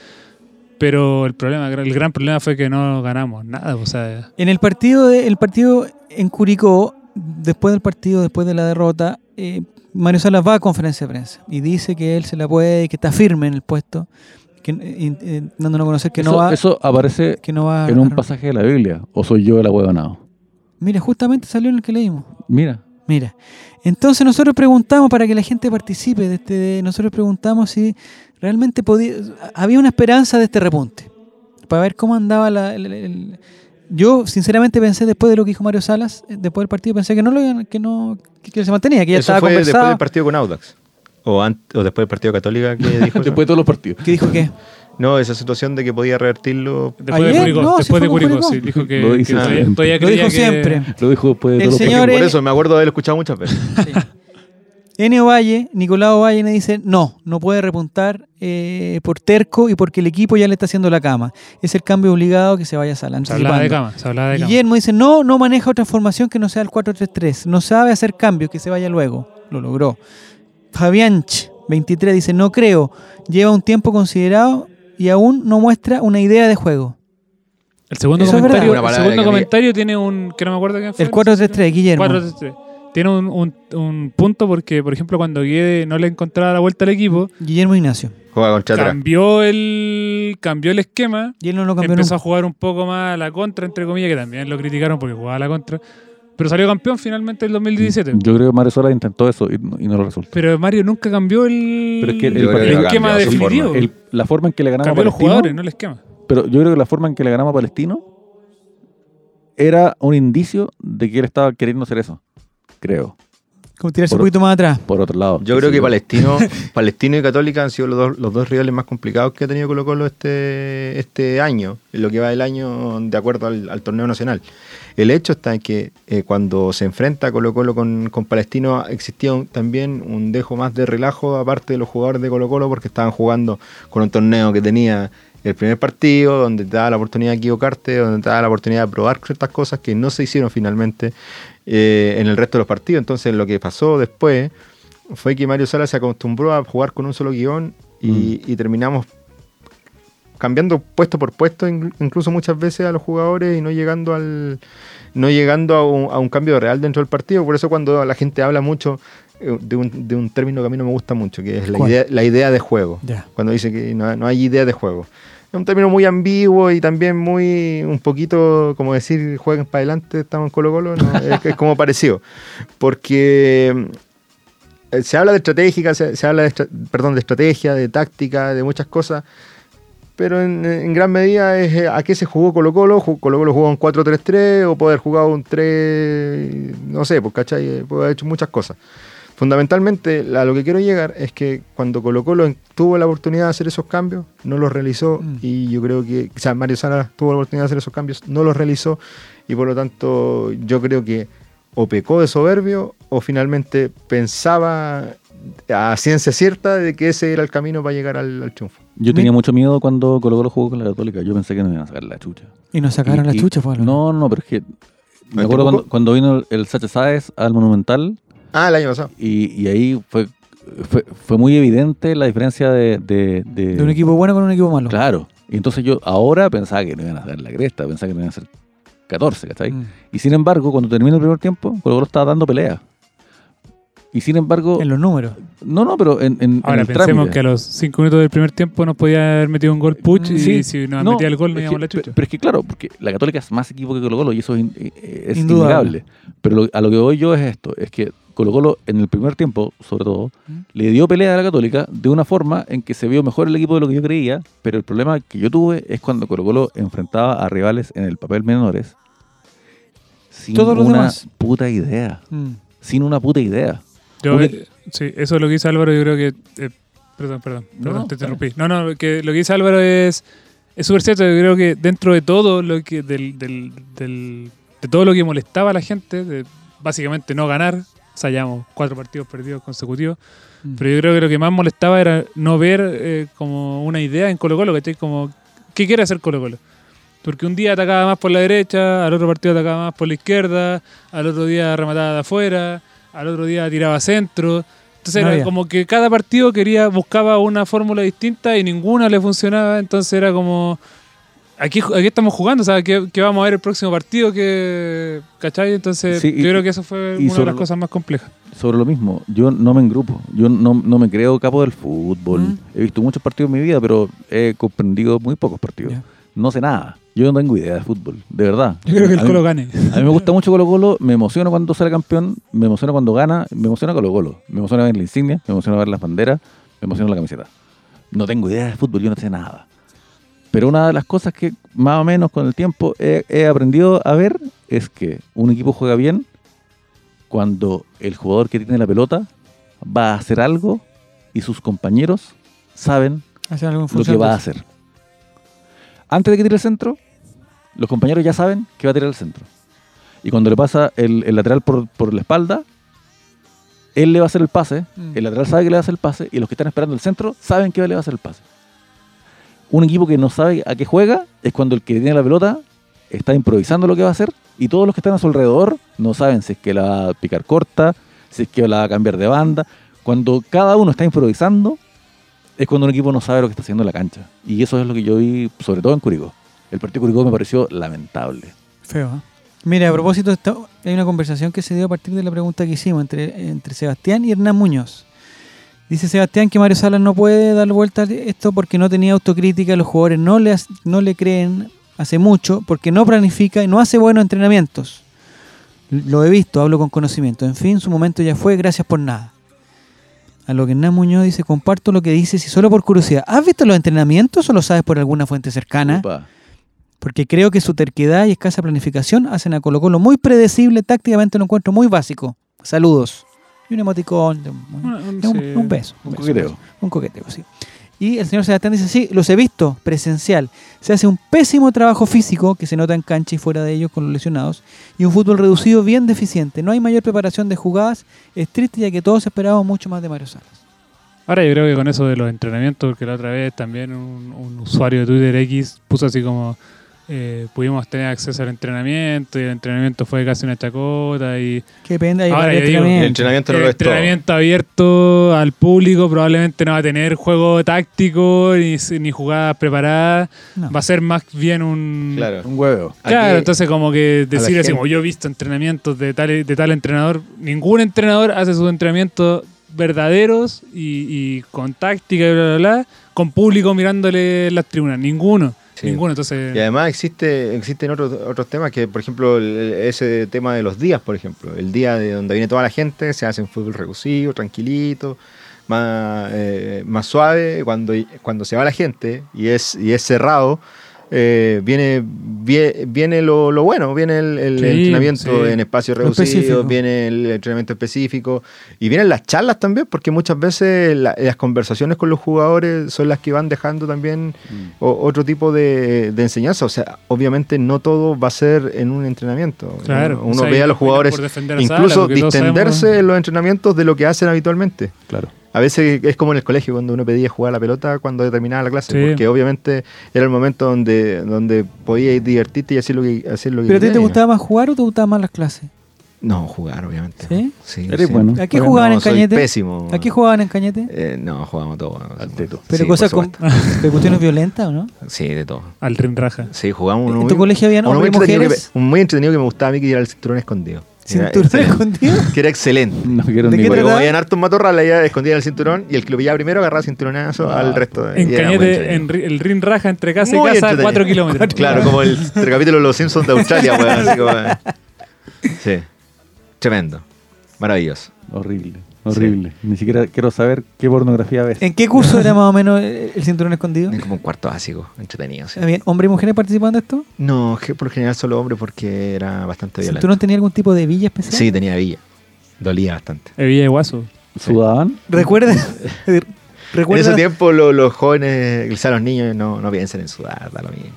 C: Pero el problema, el gran problema fue que no ganamos nada. O sea,
A: En el partido, de- el partido en Curicó, después del partido, después de la derrota, eh, Mario Salas va a conferencia de prensa y dice que él se la puede, y que está firme en el puesto, que, eh, eh, dándonos a conocer que
D: eso,
A: no va,
D: eso aparece
A: que no va. a-
D: en un pasaje de la Biblia. ¿O soy yo el ahuevanado?
A: Mira, justamente salió en el que leímos.
D: Mira.
A: Mira, entonces nosotros preguntamos para que la gente participe de este, de- nosotros preguntamos si realmente podía, había una esperanza de este repunte, para ver cómo andaba la... el- el- el- yo sinceramente pensé después de lo que dijo Mario Salas, eh, después del partido, pensé que no lo iban- que no que, que se mantenía, que ya
B: Eso
A: estaba
B: fue después
A: conversado.
B: del partido con Audax. O, an- o después del partido Católica que dijo. eso.
D: Después de todos los partidos.
A: ¿Qué dijo qué?
B: No, esa situación de que podía revertirlo.
C: después
A: Ayer,
C: de Curicó,
A: no, si
C: después
A: fue
C: de
A: con
C: Curicó,
A: Curicó.
C: sí, dijo que,
D: Lo dice
C: que todavía,
D: siempre.
C: todavía
A: Lo
C: creía
A: dijo
C: que-
A: siempre.
D: Lo dijo después de
A: El
D: todos los
A: señor-
D: partidos.
B: Por eso me acuerdo de haberlo escuchado muchas veces.
A: Enio Valle, Nicolau Valle me dice, no, no puede repuntar eh, por terco y porque el equipo ya le está haciendo la cama. Es el cambio obligado que se vaya a sala.
C: Se hablaba de
A: anticipando.
C: cama, se hablaba de cama.
A: Guillermo dice, no, no maneja otra formación que no sea el 4-3-3. No sabe hacer cambios, que se vaya luego. Lo logró. Fabianch, 23, dice, no creo. Lleva un tiempo considerado y aún no muestra una idea de juego.
C: El segundo
A: Eso es verdad.
C: comentario,
B: Una
C: el
B: palabra
C: segundo
B: que a mí-
C: comentario tiene un. que no me acuerdo quién fue.
A: El 4-3-3, Guillermo.
C: 4-3-3. Tiene un, un- un punto porque, por ejemplo, cuando Guede no le encontraba la vuelta al equipo,
A: Guillermo Ignacio.
B: Juega contra atrás.
C: cambió el, cambió el esquema,
A: Y él no lo cambió
C: empezó
A: nunca.
C: a jugar un poco más a la contra, entre comillas, que también lo criticaron porque jugaba a la contra, pero salió campeón finalmente en 2017.
A: Mm.
D: Yo creo que Mario Sola intentó eso y, no- y no lo resultó.
C: Pero Mario nunca cambió el,
D: Pero es que el
C: el
D: partido cambió
C: esquema
B: su forma.
C: definitivo.
D: El- la forma en que le ganamos a
A: Ah,
C: cambió los
D: Palestino,
C: jugadores, no el esquema.
D: pero yo creo que la forma en que le ganamos a Palestino era un indicio de que él estaba queriendo hacer eso. Creo.
A: Como tirarse un
D: Por-
A: poquito más atrás.
D: Por otro lado.
B: Yo creo
D: Sí,
B: que Palestino, Palestino y Católica han sido los dos, los dos rivales más complicados que ha tenido Colo Colo este, este año, en lo que va del año de acuerdo al, al torneo nacional. El hecho está en que eh, cuando se enfrenta Colo Colo con, con Palestino existía un- también un dejo más de relajo aparte de los jugadores de Colo Colo porque estaban jugando con un torneo que tenía el primer partido, donde te daba la oportunidad de equivocarte, donde te daba la oportunidad de probar ciertas cosas que no se hicieron finalmente eh, en el resto de los partidos. Entonces lo que pasó después fue que Mario Sala se acostumbró a jugar con un solo guión y,
A: Mm.
B: y terminamos cambiando puesto por puesto, inclu- incluso muchas veces a los jugadores y no llegando al no llegando a un, a un cambio real dentro del partido. Por eso cuando la gente habla mucho eh, de un, de un término que a mí no me gusta mucho, que es la,
A: ¿Cuál?
B: idea, la idea de juego.
A: Ya.
B: Cuando dice que no, no hay idea de juego. Es un término muy ambiguo y también muy un poquito como decir jueguen para adelante, estamos en Colo Colo, no, es, es como parecido. Porque eh, se habla de estratégica, se, se habla de, estra- perdón, de estrategia, de táctica, de muchas cosas, pero en, en gran medida es eh, a qué se jugó Colo Colo. Colo Colo jugó un 4-3-3 o puede haber jugado un 3, no sé, pues, ¿cachai? Eh, Puede haber hecho muchas cosas. Fundamentalmente, a lo que quiero llegar es que cuando Colo Colo en- tuvo la oportunidad de hacer esos cambios, no los realizó
A: Mm.
B: y yo creo que, o sea, Mario Sala tuvo la oportunidad de hacer esos cambios, no los realizó y por lo tanto yo creo que o pecó de soberbio o finalmente pensaba a ciencia cierta de que ese era el camino para llegar al, al triunfo.
D: Yo tenía mucho miedo cuando Colo Colo jugó con la Católica. Yo pensé que nos iban a sacar la chucha.
A: Y nos sacaron
D: Y-
A: la
D: y-
A: chucha, pues, fue algo.
D: No, no, pero es que. Me
B: ¿Al
D: acuerdo
B: Temuco?
D: cuando, cuando vino el, el Sacha Sáez al Monumental
B: Ah, el año pasado.
D: y, y ahí fue, fue, fue muy evidente la diferencia de. de- de-
A: De un equipo bueno con un equipo malo.
D: eh, Claro. Y entonces yo ahora pensaba que no iban a hacer la cresta, pensaba que no iban a hacer 14, ¿cachai?
A: Mm.
D: Y sin embargo, cuando termina el primer tiempo, Colo Colo estaba dando pelea. Y sin embargo,
A: En los números.
D: no, no, pero en, en- en
C: Ahora
D: el
C: pensemos
D: trámite.
C: que a los 5 minutos del primer tiempo nos podía haber metido un gol Puch y
D: Sí,
C: si nos
D: no,
C: metía el gol no
D: es
C: íbamos
D: que-
C: la
D: pe-
C: chucha.
D: Pero es que claro, porque la Católica es más equipo que Colo Colo y eso es, in- eh, es
A: Indudable.
D: innegable. Pero lo- a lo que voy yo es esto, es que Colo Colo en el primer tiempo, sobre todo,
A: ¿Mm?
D: le dio pelea a la Católica de una forma en que se vio mejor el equipo de lo que yo creía, pero el problema que yo tuve es cuando Colo Colo enfrentaba a rivales en el papel menores sin
A: Todos los
D: una
A: demás.
D: puta idea,
A: Mm.
D: sin una puta idea.
C: Yo,
D: porque-
C: eh, sí, eso es lo que dice Álvaro, yo creo que... eh, perdón, perdón,
D: No,
C: perdón, te
D: está bien.
C: interrumpí. No, no, que lo que dice Álvaro es... Es súper cierto, yo creo que dentro de todo lo que... Del, del, del- de todo lo que molestaba a la gente, de básicamente no ganar, o sea, llevamos cuatro partidos perdidos consecutivos,
A: Mm.
C: Pero yo creo que lo que más molestaba era no ver eh, como una idea en Colo Colo, ¿cachai? Como, ¿qué quiere hacer Colo Colo? Porque un día atacaba más por la derecha, al otro partido atacaba más por la izquierda, al otro día remataba de afuera, al otro día tiraba centro. Entonces
A: No
C: era
A: había.
C: como que cada partido quería, buscaba una fórmula distinta y ninguna le funcionaba, entonces era como... Aquí, aquí estamos jugando, o sea, que, que vamos a ver el próximo partido, que, ¿cachai? Entonces,
D: Sí, y-
C: yo creo que eso fue
D: y
C: una de
D: sobre
C: las
D: lo-
C: cosas más complejas.
D: sobre lo mismo, yo no me engrupo, yo no, no me creo capo del fútbol.
A: Mm.
D: He visto muchos partidos en mi vida, pero he comprendido muy pocos partidos.
A: Ya.
D: No sé nada, yo no tengo idea de fútbol, de verdad.
C: Yo creo que el
D: a mí,
C: Colo gane.
D: a mí me gusta mucho Colo Colo, me emociona cuando sale campeón, me emociona cuando gana, me emociona Colo Colo, me emociona ver la insignia, me emociona ver las banderas, me emociona la camiseta. No tengo idea de fútbol, yo no sé nada. Pero una de las cosas que más o menos con el tiempo he, he aprendido a ver es que un equipo juega bien cuando el jugador que tiene la pelota va a hacer algo y sus compañeros saben
A: Hacer algo en
D: lo que
A: función
D: va
A: de
D: a
A: eso.
D: hacer. Antes de que tire el centro, los compañeros ya saben que va a tirar el centro. Y cuando le pasa el, el lateral por, por la espalda, él le va a hacer el pase,
A: Mm.
D: el lateral sabe que le va a hacer el pase, y los que están esperando el centro saben que le va a hacer el pase. Un equipo que no sabe a qué juega es cuando el que tiene la pelota está improvisando lo que va a hacer y todos los que están a su alrededor no saben si es que la va a picar corta, si es que la va a cambiar de banda. Cuando cada uno está improvisando, es cuando un equipo no sabe lo que está haciendo en la cancha. Y eso es lo que yo vi, sobre todo en Curicó. El partido de Curicó me pareció lamentable.
A: Feo. ¿eh? Mira, a propósito, esta- hay una conversación que se dio a partir de la pregunta que hicimos entre, entre Sebastián y Hernán Muñoz. Dice Sebastián que Mario Salas no puede dar vuelta a esto porque no tenía autocrítica, los jugadores no le, hac- no le creen hace mucho, porque no planifica y no hace buenos entrenamientos. Lo he visto, hablo con conocimiento. En fin, su momento ya fue, gracias por nada. A lo que Hernán Muñoz dice, comparto lo que dices y solo por curiosidad. ¿Has visto los entrenamientos o lo sabes por alguna fuente cercana?
D: Upa.
A: porque creo que su terquedad y escasa planificación hacen a Colo Colo muy predecible, tácticamente lo encuentro muy básico. Saludos. Y un emoticón, de un, de un-
C: Ah, sí.
A: un beso.
D: Un
A: beso,
D: coqueteo.
A: beso. Un coqueteo, sí. Y el señor Sebastián dice, sí, los he visto, presencial. Se hace un pésimo trabajo físico que se nota en cancha y fuera de ellos con los lesionados, y un fútbol reducido bien deficiente. No hay mayor preparación de jugadas, es triste ya que todos esperábamos mucho más de Mario Salas.
C: Ahora yo creo que con eso de los entrenamientos, porque la otra vez también un, un usuario de Twitter X puso así como eh, pudimos tener acceso al entrenamiento y el entrenamiento fue casi una chacota y
A: Qué pena, hay
C: Ahora
A: varios
C: yo digo,
B: El
A: entrenamientos.
B: entrenamiento no
C: el
B: lo es todo.
C: entrenamiento abierto al público probablemente no va a tener juego táctico ni, ni jugadas preparadas,
A: No.
C: va a ser más bien Mm. un...
B: Claro.
D: Un huevo.
B: Aquí-
C: Claro, entonces como que
B: la
C: decir así,
B: gente-
C: como yo he visto entrenamientos de tal, de tal entrenador, ningún entrenador hace sus entrenamientos verdaderos y, y con táctica y bla, bla, bla, con público mirándole las tribunas, ninguno,
B: Sí.
C: ninguno, entonces...
B: Y además existe, existen otros, otros temas que, por ejemplo, el- ese tema de los días, por ejemplo. El día de donde viene toda la gente, se hace un fútbol reducido, tranquilito, más, eh, más suave. Cuando, cuando se va la gente y es, y es cerrado, eh, viene, vie- viene lo, lo bueno, viene el, el
C: Sí,
B: entrenamiento
C: sí.
B: en espacios
A: Lo
B: reducidos,
A: específico.
B: viene el entrenamiento específico y vienen las charlas también, porque muchas veces la- las conversaciones con los jugadores son las que van dejando también o- otro tipo de, de enseñanza. O sea, obviamente no todo va a ser en un entrenamiento.
C: Claro,
B: Uno- Uno
C: o sea,
B: ve a los
C: por
B: jugadores
C: defender a Sala,
B: incluso
C: porque todos
B: distenderse
C: sabemos-
B: en los entrenamientos de lo que hacen habitualmente.
D: Claro.
B: A veces es como en el colegio, cuando uno pedía jugar a la pelota cuando terminaba la clase,
C: Sí.
B: porque obviamente era el momento donde, donde podías divertirte y hacer lo que hacer lo que
A: ¿Pero a ti te
B: querías.
A: gustaba más jugar o te gustaban más las clases?
B: No, jugar, obviamente.
A: ¿Sí?
D: Eres bueno.
A: ¿A qué
B: Pero
A: jugaban
B: no,
A: en
B: soy
A: Cañete?
B: pésimo.
A: ¿A qué jugaban en Cañete?
B: Eh, no, jugamos todo.
D: Al teto.
A: Pero
B: Sí,
A: cosas
B: por
A: con pero cuestiones violentas, ¿o no?
B: supuesto. Sí, de todo.
C: Al rim raja.
B: Sí, jugamos uno
A: ¿En tu
B: muy-
A: colegio habían
B: uno muy
A: hombres y
B: entretenido
A: mujeres?
B: que me- un muy entretenido que me gustaba a mí que era el cinturón escondido.
A: cinturón
B: excelente.
A: escondido.
B: Que era excelente.
D: No quiero
A: ¿De
D: ni
A: qué
D: ver.
B: Porque como
A: trataba?
B: habían hartos matorrales, ella escondía el cinturón y el que lo pillaba primero agarraba cinturonazo
D: Ah.
B: al resto.
C: En
B: Y era muy
C: Cañete,
B: entretenido.
C: en ri- el rin raja entre casa
B: Muy
C: y casa,
B: entretenido.
C: 4 kilómetros.
B: Claro, como el entre capítulo de Los Simpsons de Australia, weón. así como- Sí. Tremendo. Maravilloso.
D: Horrible, horrible. Ni siquiera quiero saber qué pornografía ves.
A: ¿En qué curso era más o menos el el cinturón escondido?
B: Es como un cuarto básico, entretenido. sí.
A: ¿Habían hombres y mujeres participando de esto?
B: No, que por lo general solo hombre porque era bastante
A: ¿El
B: violento.
A: cinturón tenía algún tipo de villa especial?
B: Sí, tenía villa. Dolía bastante.
C: El Eh, Villa de Guaso.
D: ¿Sudaban?
A: ¿Recuerda?
B: En
A: ¿Recuerda
B: ese tiempo lo- los jóvenes, quizás los niños, no, no piensan en sudar, da lo mismo.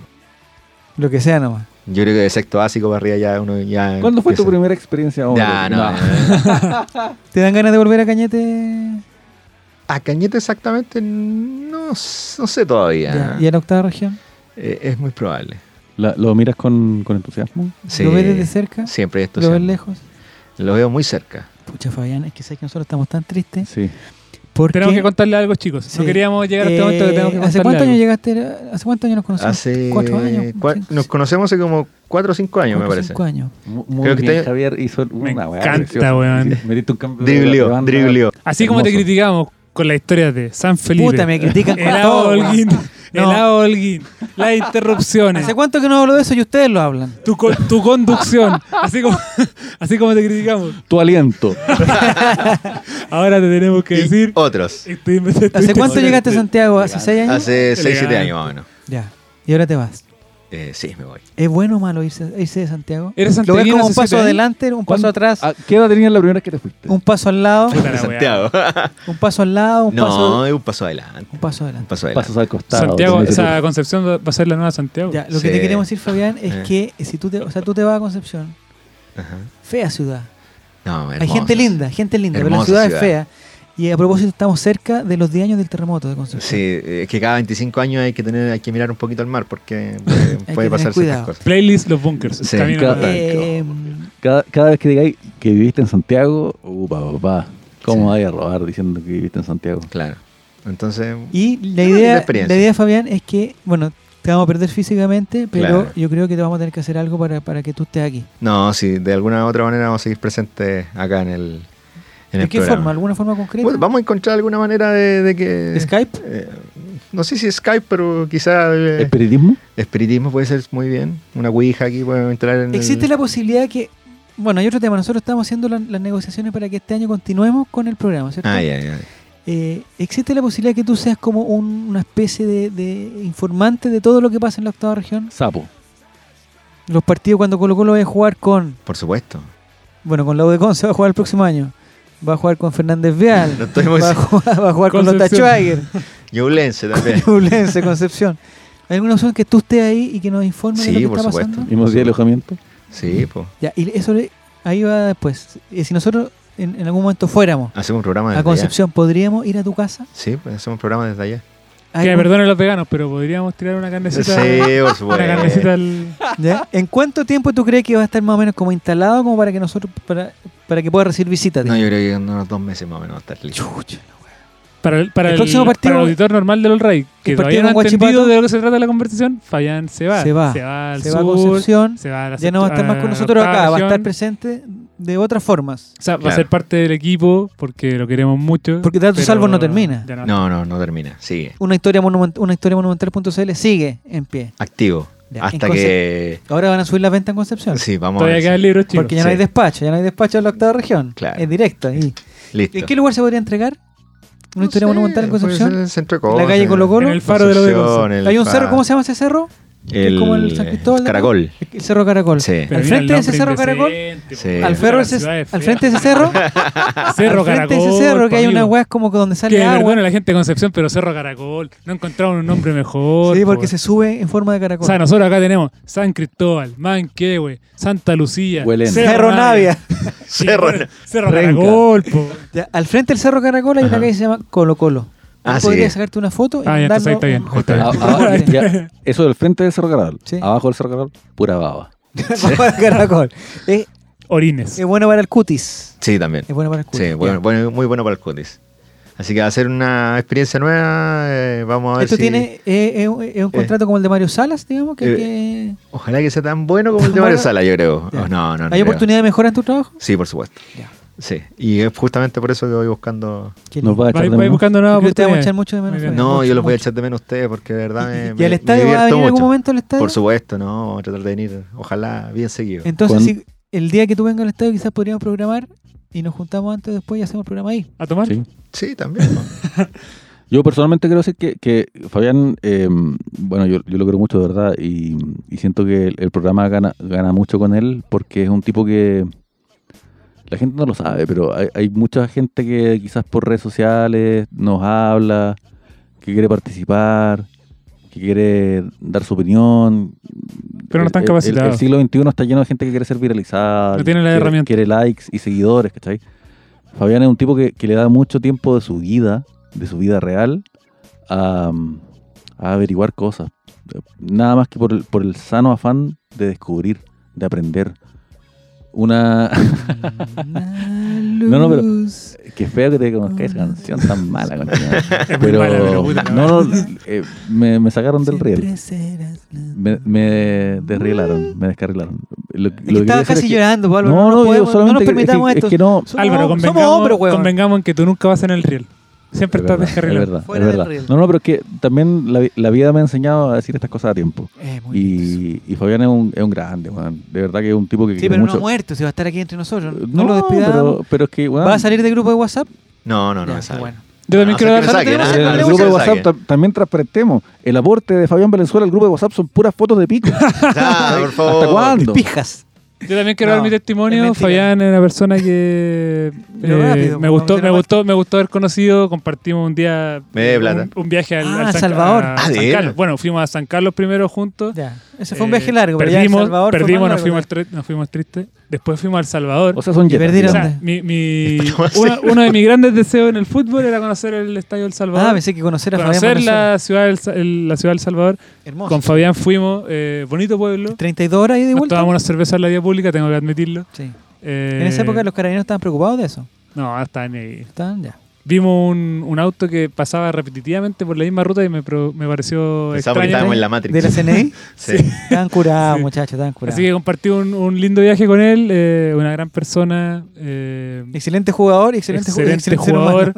A: Lo que sea nomás.
B: Yo creo que de sexto básico para arriba ya uno ya.
D: ¿Cuándo fue tu
B: empieza-
D: primera experiencia? hombre?
B: Ya, no. eh.
D: No.
A: ¿Te dan ganas de volver a Cañete?
B: A Cañete exactamente no, s- no sé todavía.
A: Ya, ¿Y a la octava región?
B: Eh, es muy probable.
D: La- ¿Lo miras con, con entusiasmo?
B: Sí.
A: ¿Lo ves desde cerca?
B: Siempre esto
A: ¿Lo ves lejos?
B: Lo veo muy cerca.
A: Pucha, Fabián, es que sabes que nosotros estamos tan tristes.
D: Sí.
A: Porque,
C: Tenemos que contarle algo, chicos.
A: Sí.
C: No queríamos llegar a este momento, que
A: Eh,
C: tenemos que
A: ¿Hace
C: contarle
A: cuántos años
C: algo.
A: llegaste? ¿Hace cuántos años nos conocemos?
B: Hace.
A: ¿Cuatro años?
B: cua-
A: ¿Cinco?
B: Nos conocemos hace como cuatro o cinco años, me
A: Cuatro,
B: parece.
A: Cinco años.
D: Mu- Muy
B: Creo que
D: bien,
B: te-
D: Javier hizo
C: Me
D: una weá
C: encanta,
D: preciosa.
C: weón.
D: Sí, Metiste un cambio de- de
B: Driblió,
D: banda.
B: driblió.
C: Así como te
D: Hermoso.
C: criticamos con la historia de San Felipe.
A: Puta, me critican con
C: el
A: todo, weón.
C: Holguín,
A: No.
C: el Holguín, las interrupciones,
A: ¿Hace cuánto que no hablo de eso y ustedes lo hablan?
C: tu, co- tu conducción, así como, así como te criticamos.
D: Tu aliento.
C: Ahora te tenemos que
B: Y
C: decir.
B: Otros.
A: Eh,
C: estoy- estoy-
A: ¿Hace cuánto
C: estoy-
A: llegaste a Santiago? ¿Hace seis años?
B: Hace seis, siete
C: Elegante.
B: años más o menos.
A: Ya. Y ahora te vas.
B: Eh, sí, me voy.
A: ¿Es bueno o malo irse, irse de Santiago? ¿Lo
C: ¿Eres
A: ves
C: santiaguino
A: como un
C: hace
A: paso
C: siete años?
A: adelante, un paso
D: ¿Cuándo-
A: atrás,
B: Ah.
D: ¿A ¿Qué edad tenías la primera vez que te fuiste?
A: un paso al lado,
C: Puta la weá.
B: Santiago.
A: un paso al lado, un
B: no,
A: paso,
B: es un paso adelante.
A: un paso
B: Un
A: adelante?
B: paso adelante.
D: Pasos al costado.
C: Santiago,
D: tenés
C: esa
D: otro-
C: concepción va a ser la nueva Santiago.
A: Ya, lo
B: Sí.
A: que te queremos decir, Fabián, es
B: Eh.
A: que si tú te, o sea, tú te vas a Concepción,
B: Ajá.
A: fea ciudad.
B: No,
A: Hay
B: hermoso.
A: gente linda, gente linda, pero la
B: Hermosa
A: ciudad,
B: ciudad.
A: es fea. Y a propósito, estamos cerca de los 10 años del terremoto de Concepción.
B: Sí, eh, es que cada 25 años hay que tener, hay que mirar un poquito al mar porque puede,
A: que
B: puede
A: tener cuidado.
B: pasar ciertas cosas.
C: Playlist Los Bunkers.
B: Sí,
C: Camino
D: claro.
C: Natal.
A: Eh,
D: Cada, cada vez que digáis que viviste en Santiago, upa, papá. ¿Cómo
B: Sí.
D: vais a robar diciendo que viviste en Santiago?
B: Claro. Entonces,
A: y la
B: Una linda
A: idea,
B: experiencia.
A: la idea, Fabián, es que, bueno, te vamos a perder físicamente, pero
B: Claro.
A: yo creo que te vamos a tener que hacer algo para, para que tú estés aquí.
B: no, sí, de alguna u otra manera vamos a seguir presentes acá en el, en
A: ¿De
B: el
A: qué
B: programa.
A: forma? ¿Alguna forma concreta?
B: Bueno, vamos a encontrar alguna manera de, de que...
A: ¿Skype?
B: eh, no sé si Skype, pero quizá eh,
D: ¿Espiritismo?
B: espiritismo puede ser muy bien. Una Ouija aquí puede entrar en... el-
A: Existe la posibilidad que. Bueno, hay otro tema. Nosotros estamos haciendo la- las negociaciones para que este año continuemos con el programa, ¿cierto?
B: Ah, ya, ya.
A: Eh, ¿Existe la posibilidad que tú seas como un- una especie de, de informante de todo lo que pasa en la octava región?
D: Sapo.
A: Los partidos cuando Colo Colo va a jugar con.
B: Por supuesto.
A: Bueno, con la U de Conce va a jugar el próximo año. Va a jugar con Fernández Vial.
B: No estoy muy-
A: va, a jugar, va a jugar con los
C: Concepción.
A: Tachuager.
B: Ñublense
A: con
B: también.
A: Ñublense, Concepción. ¿Hay alguna opción que tú estés ahí y que nos informes de
B: Sí,
A: lo que
B: por
A: está
B: supuesto.
A: pasando?
D: ¿Hemos de alojamiento?
B: Sí, pues.
A: Ya, y eso le- ahí va después. Eh, si nosotros en, en algún momento fuéramos
B: Hacemos un programa desde
A: a Concepción, ¿podríamos ir a tu casa?
B: allá. Sí, pues hacemos un programa desde allá.
A: ¿Hay
C: Que
A: algún-
C: perdonen los veganos, pero podríamos tirar una
B: Sí, pues.
C: carnecita.
B: por
C: Una
B: supuesto.
C: carnecita al.
A: ¿Ya? ¿En cuánto tiempo tú crees que va a estar más o menos como instalado como para que nosotros para, para que pueda recibir visitas?
B: No, yo creo que en unos dos meses más o menos va a estar listo.
A: Chucha, la wea.
C: Para el, para
A: El
C: el,
A: próximo
C: para
A: partido-
C: el auditor normal del All Ray, que
A: el
C: todavía
A: partido
C: no ha
A: con
C: entendido
A: Guachipato-
C: de lo que se trata la conversación, Fabián se va.
A: Se va.
C: Se va al
A: se va a
C: sur.
A: Concepción,
C: se va a la
A: ya no va a estar más con nosotros acá, va a estar presente de otras formas.
C: O sea, va a
B: Claro.
C: ser parte del equipo porque lo queremos mucho.
A: Porque Datos
C: pero
A: Salvos no termina.
C: ya
B: No, no, no termina. Sigue.
A: Una historia, monument- una historia monumental.cl sigue en pie.
B: Activo.
A: Ya,
B: Hasta
A: en
B: que.
A: Ahora van a subir la venta en Concepción.
B: Sí, vamos a
C: Todavía
B: ver.
C: queda el libro, chicos.
A: porque ya no
B: sí.
A: hay despacho, ya no hay despacho en la octava región.
B: Claro.
A: Es directo. ahí.
B: Listo.
A: ¿En qué lugar se podría entregar? ¿Una
B: No
A: historia
B: sé,
A: monumental en
B: puede ser
A: Concepción?
B: el centro de
A: la calle
B: Conce,
A: Colo Colo.
C: En el faro de lo de
B: Concepción,
C: Concepción.
B: el
A: Hay un
B: faro.
A: cerro, ¿cómo se llama ese cerro? Que es
B: El,
A: como el San Cristóbal. de acá.
B: Caracol.
A: El cerro Caracol.
B: Sí. Pero
A: Al
C: mira el
A: frente de ese
C: nombre
A: cerro Caracol,
C: indecente,
B: Sí.
C: po.
A: al,
B: Puta,
A: ferro
C: La
A: ese-
C: ciudad es
A: al
C: fea.
A: frente de ese cerro,
C: Cerro
A: al frente
C: Caracol.
A: de ese cerro que hay
C: amigo.
A: una weas como que donde sale
C: Que
A: agua.
C: perdone la gente de Concepción, pero Cerro Caracol. No encontraron un nombre mejor.
A: Sí,
C: po.
A: porque se sube en forma de
C: O
A: caracol.
C: sea, nosotros acá tenemos San Cristóbal, Manquehue, Santa Lucía,
D: Huelén.
A: cerro Navia.
B: Cerro
C: Cerro,
B: Navia.
C: Cerro
D: Renca.
C: Caracol, po.
A: Ya, al frente del cerro Caracol hay una
B: Ajá.
A: calle que se llama Colo Colo.
B: Ah, sí.
A: Podrías sacarte una foto y
C: Ah, ya, entonces ahí
A: mandarnos
C: está bien.
A: un-
C: ahí
D: A-
C: está bien.
D: a- ya, eso del frente del Cerro Caracol.
A: Sí.
D: Abajo del Cerro Caracol, pura baba.
A: para caracol. Es,
C: Orines.
A: es bueno para el cutis.
B: Sí, también.
A: Es bueno para el cutis.
B: Sí, bueno, bueno, muy bueno para el cutis. Así que va a ser una experiencia nueva. eh, vamos a ver
A: Esto
B: si-
A: tiene eh, eh, un- eh, un contrato como el de Mario Salas, digamos, que,
B: Eh,
A: que-
B: Ojalá que sea tan bueno como el de Mario
A: Bueno,
B: Sala, yo creo.
A: ya.
B: Oh, no, no, no
A: hay
B: creo.
A: oportunidad de mejora en tu trabajo.
B: Sí, por supuesto.
A: Ya.
B: Sí. Y es justamente por eso que voy buscando.
A: Qué
D: Nos
A: lindo.
D: va a
C: Va a
D: echar de
C: ir- va a ir
D: menos.
C: buscando nuevas
A: Yo creo que te van a
C: oportunidades.
A: echar mucho de menos,
C: Muy bien.
A: Fabián.
B: No,
A: mucho,
B: yo los voy a
A: mucho.
B: echar de menos a ustedes porque de verdad
A: Y-
B: Eh, me.
A: y al
B: me-
A: estadio
B: me
A: va a
B: divierto
A: venir en algún
B: mucho.
A: momento al estadio.
B: Por supuesto, no, vamos a tratar de venir, ojalá, bien seguido.
A: Entonces,
D: ¿Cuán-
A: si el día que tú vengas al estadio, quizás podríamos programar y nos juntamos antes o después y hacemos el programa ahí.
C: ¿A tomar?
D: Sí.
B: Sí, también. ¿no?
D: Yo personalmente quiero decir que, que Fabián, eh, bueno, yo, yo lo creo mucho de verdad y, y siento que el, el programa gana, gana mucho con él porque es un tipo que la gente no lo sabe, pero hay, hay mucha gente que quizás por redes sociales nos habla, que quiere participar, que quiere dar su opinión.
C: Pero no están
D: El- el-
C: capacitados.
D: El, siglo XXI está lleno de gente que quiere ser viralizada.
C: No tiene la
D: quiere-
C: herramienta.
D: Quiere likes y seguidores, ¿cachai? Fabián es un tipo que, que le da mucho tiempo de su vida, de su vida real, a, a averiguar cosas. Nada más que por el, por el sano afán de descubrir, de aprender. Una.
A: no,
D: no, pero- Qué feo que te conozcáis canción tan mala, conchetumare.
C: muy
D: Pero.
C: mala, pero puta, la
D: no, no, eh, me, me sacaron del riel. Me, me desrielaron, me descarrilaron. Lo, lo que quería
A: estaba
D: decir es
A: casi
D: que-
A: llorando, pues, Álvaro.
D: No, no,
A: No,
D: yo
A: podemos- no
D: solamente
A: nos
D: que- es
A: permitamos
D: que- es
A: esto.
D: que no-
A: Somos-
C: Álvaro,
A: somos
C: convengamos,
A: hombres, weón.
C: convengamos en que tú nunca vas en el riel. Siempre
D: Es
C: estás
D: verdad, es
C: descarrilado.
D: verdad,
A: Fuera
D: es
A: del
D: verdad.
A: riel.
D: No, no, pero es que también la, vi- la vida me ha enseñado a decir estas cosas a tiempo.
A: Eh, muy lindo.
D: Y, y Fabián es un, es un grande, weón. De verdad que es un tipo que
A: Sí,
D: quiere
A: pero no
D: mucho.
A: ha muerto, si va a estar aquí entre nosotros.
D: Eh,
A: No, lo despidamos.
D: pero, pero es que, weón,
A: ¿Va a salir del grupo de WhatsApp?
B: No, no, no,
A: Ya,
B: me sale.
A: bueno.
C: Yo también
B: No,
C: quiero
B: sé
C: dar
B: que me
A: saque,
B: saquen,
A: no
B: ah,
A: sé que
D: En
A: me
B: no
D: el
B: sé
A: saquen.
D: grupo
B: que
D: de
B: me
D: WhatsApp
B: saquen.
D: tam- también transparentemos. El aporte de Fabián Valenzuela al grupo de WhatsApp son puras fotos de pico.
B: Ya, por favor.
D: ¿Hasta cuándo?
A: Pijas.
B: ¿eh?
C: Yo también quiero
A: No,
C: dar mi
A: es
C: testimonio.
A: mentira.
C: Fabián es una persona que
A: Pero
C: eh,
A: rápido,
C: me
A: pues,
C: gustó,
A: vamos a
C: me
A: hacer
C: gustó, me gustó haber conocido. Compartimos un día
B: Me dé
C: un-
B: plata.
C: Un, viaje al,
A: Ah,
C: al San-
A: Salvador.
C: a
B: Ah,
C: San
B: de él.
C: Carlos. Bueno, fuimos a San Carlos primero juntos.
A: Ya. Ese fue un
C: Eh,
A: viaje largo, pero ya El
C: perdimos,
A: Salvador fue
C: perdimos,
A: más
C: nos
A: largo,
C: fuimos,
A: ya.
C: tri- nos fuimos tristes. Después fuimos al Salvador.
D: O sea, son
A: Y
D: yetas,
A: perdieron.
C: O
D: digamos.
C: sea, mi- mi-
B: Esto va a
C: uno,
B: ser-
C: uno de mis grandes deseos en el fútbol era conocer el Estadio El Salvador.
A: Ah, pensé que conocer a Fabián
C: conocer
A: Valenzuela.
C: la ciudad, del Sa- el- la ciudad del Salvador.
A: Hermoso.
C: Con Fabián fuimos, eh, bonito pueblo.
A: 32 horas ahí de
C: Nos
A: vuelta.
C: tomamos una cerveza en la vía pública, tengo que admitirlo.
A: Sí.
C: Eh,
A: En esa época los carabineros estaban preocupados de eso.
C: No, hasta ni ahí.
A: Estaban ya.
C: Vimos un, un auto que pasaba repetitivamente por la misma ruta y me, pro- me pareció
B: Pensaba que
C: extraño.
B: estábamos en la
A: ¿De
B: Matrix.
A: la CNI?
B: Sí.
A: Estaban curados,
C: Sí.
A: muchachos, estaban curados.
C: Así que compartí un, un lindo viaje con él, eh, una gran persona, eh,
A: Excelente jugador, excelente, ju-
C: excelente,
A: excelente ser humano.
C: jugador.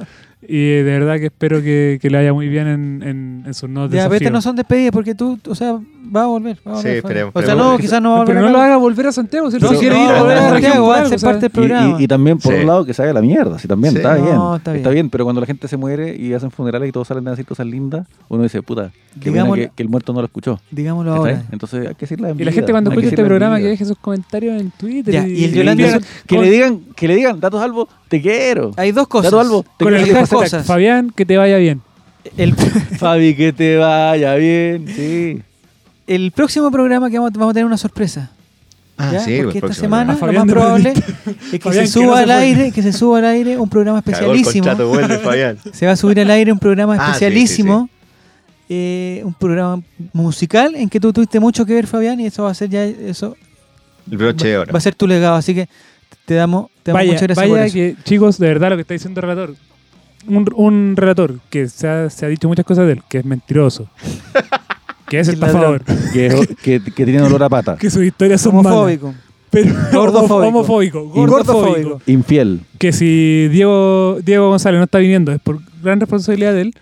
C: Y eh, de verdad que espero que, que le vaya muy bien en, en, en sus nuevos
A: Ya, vete,
C: desafíos.
A: no son despedidas porque tú, o sea, va a volver. Va a
B: Sí,
A: volver,
B: esperemos,
A: O sea,
B: esperemos.
A: no, quizás no va a volver.
C: Pero no lo
A: acá.
C: haga volver a Santiago. Si él
A: No,
C: se quiere
A: no,
C: ir a volver
A: no,
C: a la región
A: Santiago,
C: por
A: va a
C: algo,
A: ser
C: o sea,
A: parte del
D: Y,
A: programa.
D: y- y también, por
B: Sí.
D: un lado, que se haga la mierda, sí, también,
B: Sí.
D: está,
A: No,
D: bien.
A: está
D: está
A: bien.
D: bien. pero cuando la gente se muere y hacen funerales y todos salen a decir cosas lindas, uno dice, puta, qué pena
A: Digámoslo-
D: que, que el muerto no lo escuchó.
A: Digámoslo
D: ¿Cachai?
A: ahora.
D: Entonces hay que decirla en
C: Y la
D: vida,
C: gente cuando
D: hay que
C: escuche este
D: decirla en
C: programa que
D: vida.
C: deje sus comentarios en Twitter.
A: Ya, y el
D: Y
A: Yolanda-
D: digan-
A: Sol-
D: que
C: con-
D: le digan, que le digan, datos Albo, te quiero.
A: Hay dos cosas.
D: Dato Albo, te
C: con
D: quiero.
C: el
A: Digan
C: hashtag
A: cosas.
C: Fabián, que te vaya bien.
A: El,
D: Fabi, que te vaya bien, sí.
A: el próximo programa que vamos, vamos a tener una sorpresa.
B: Ah,
A: ¿ya?
B: sí,
A: porque
B: el
A: esta
B: próximo
A: semana
B: programa.
A: lo
C: programa.
A: más
C: Fabián de
A: probable es que se
C: Fabián, que
A: suba
C: no se
A: al
C: fue.
A: aire, que se suba al aire un programa
B: Cagó el
A: especialísimo.
B: contrato, vuelve, Fabián.
A: Se va a subir al aire un programa
B: Ah, sí, sí,
A: especialísimo. eh, un programa musical en que tú tuviste mucho que ver, Fabián, y eso va a ser ya eso
B: El broche de
A: va,
B: oro.
A: va a ser tu legado, así que te damos, te damos
C: Vaya,
A: muchas gracias por
C: vaya
A: eso.
C: que, chicos, de verdad lo que está diciendo el relator. Un, un relator que se ha, se ha dicho muchas cosas de él, que es mentiroso. que es
A: Que
C: estafador.
D: Que, que, que tiene olor a pata.
C: Que sus historias son malas.
A: homofóbico.
C: Pero
A: Gordofóbico.
C: homofóbico.
A: Y
C: Gordofóbico.
D: Infiel.
C: Que si Diego, Diego González no está viniendo es por gran responsabilidad de él.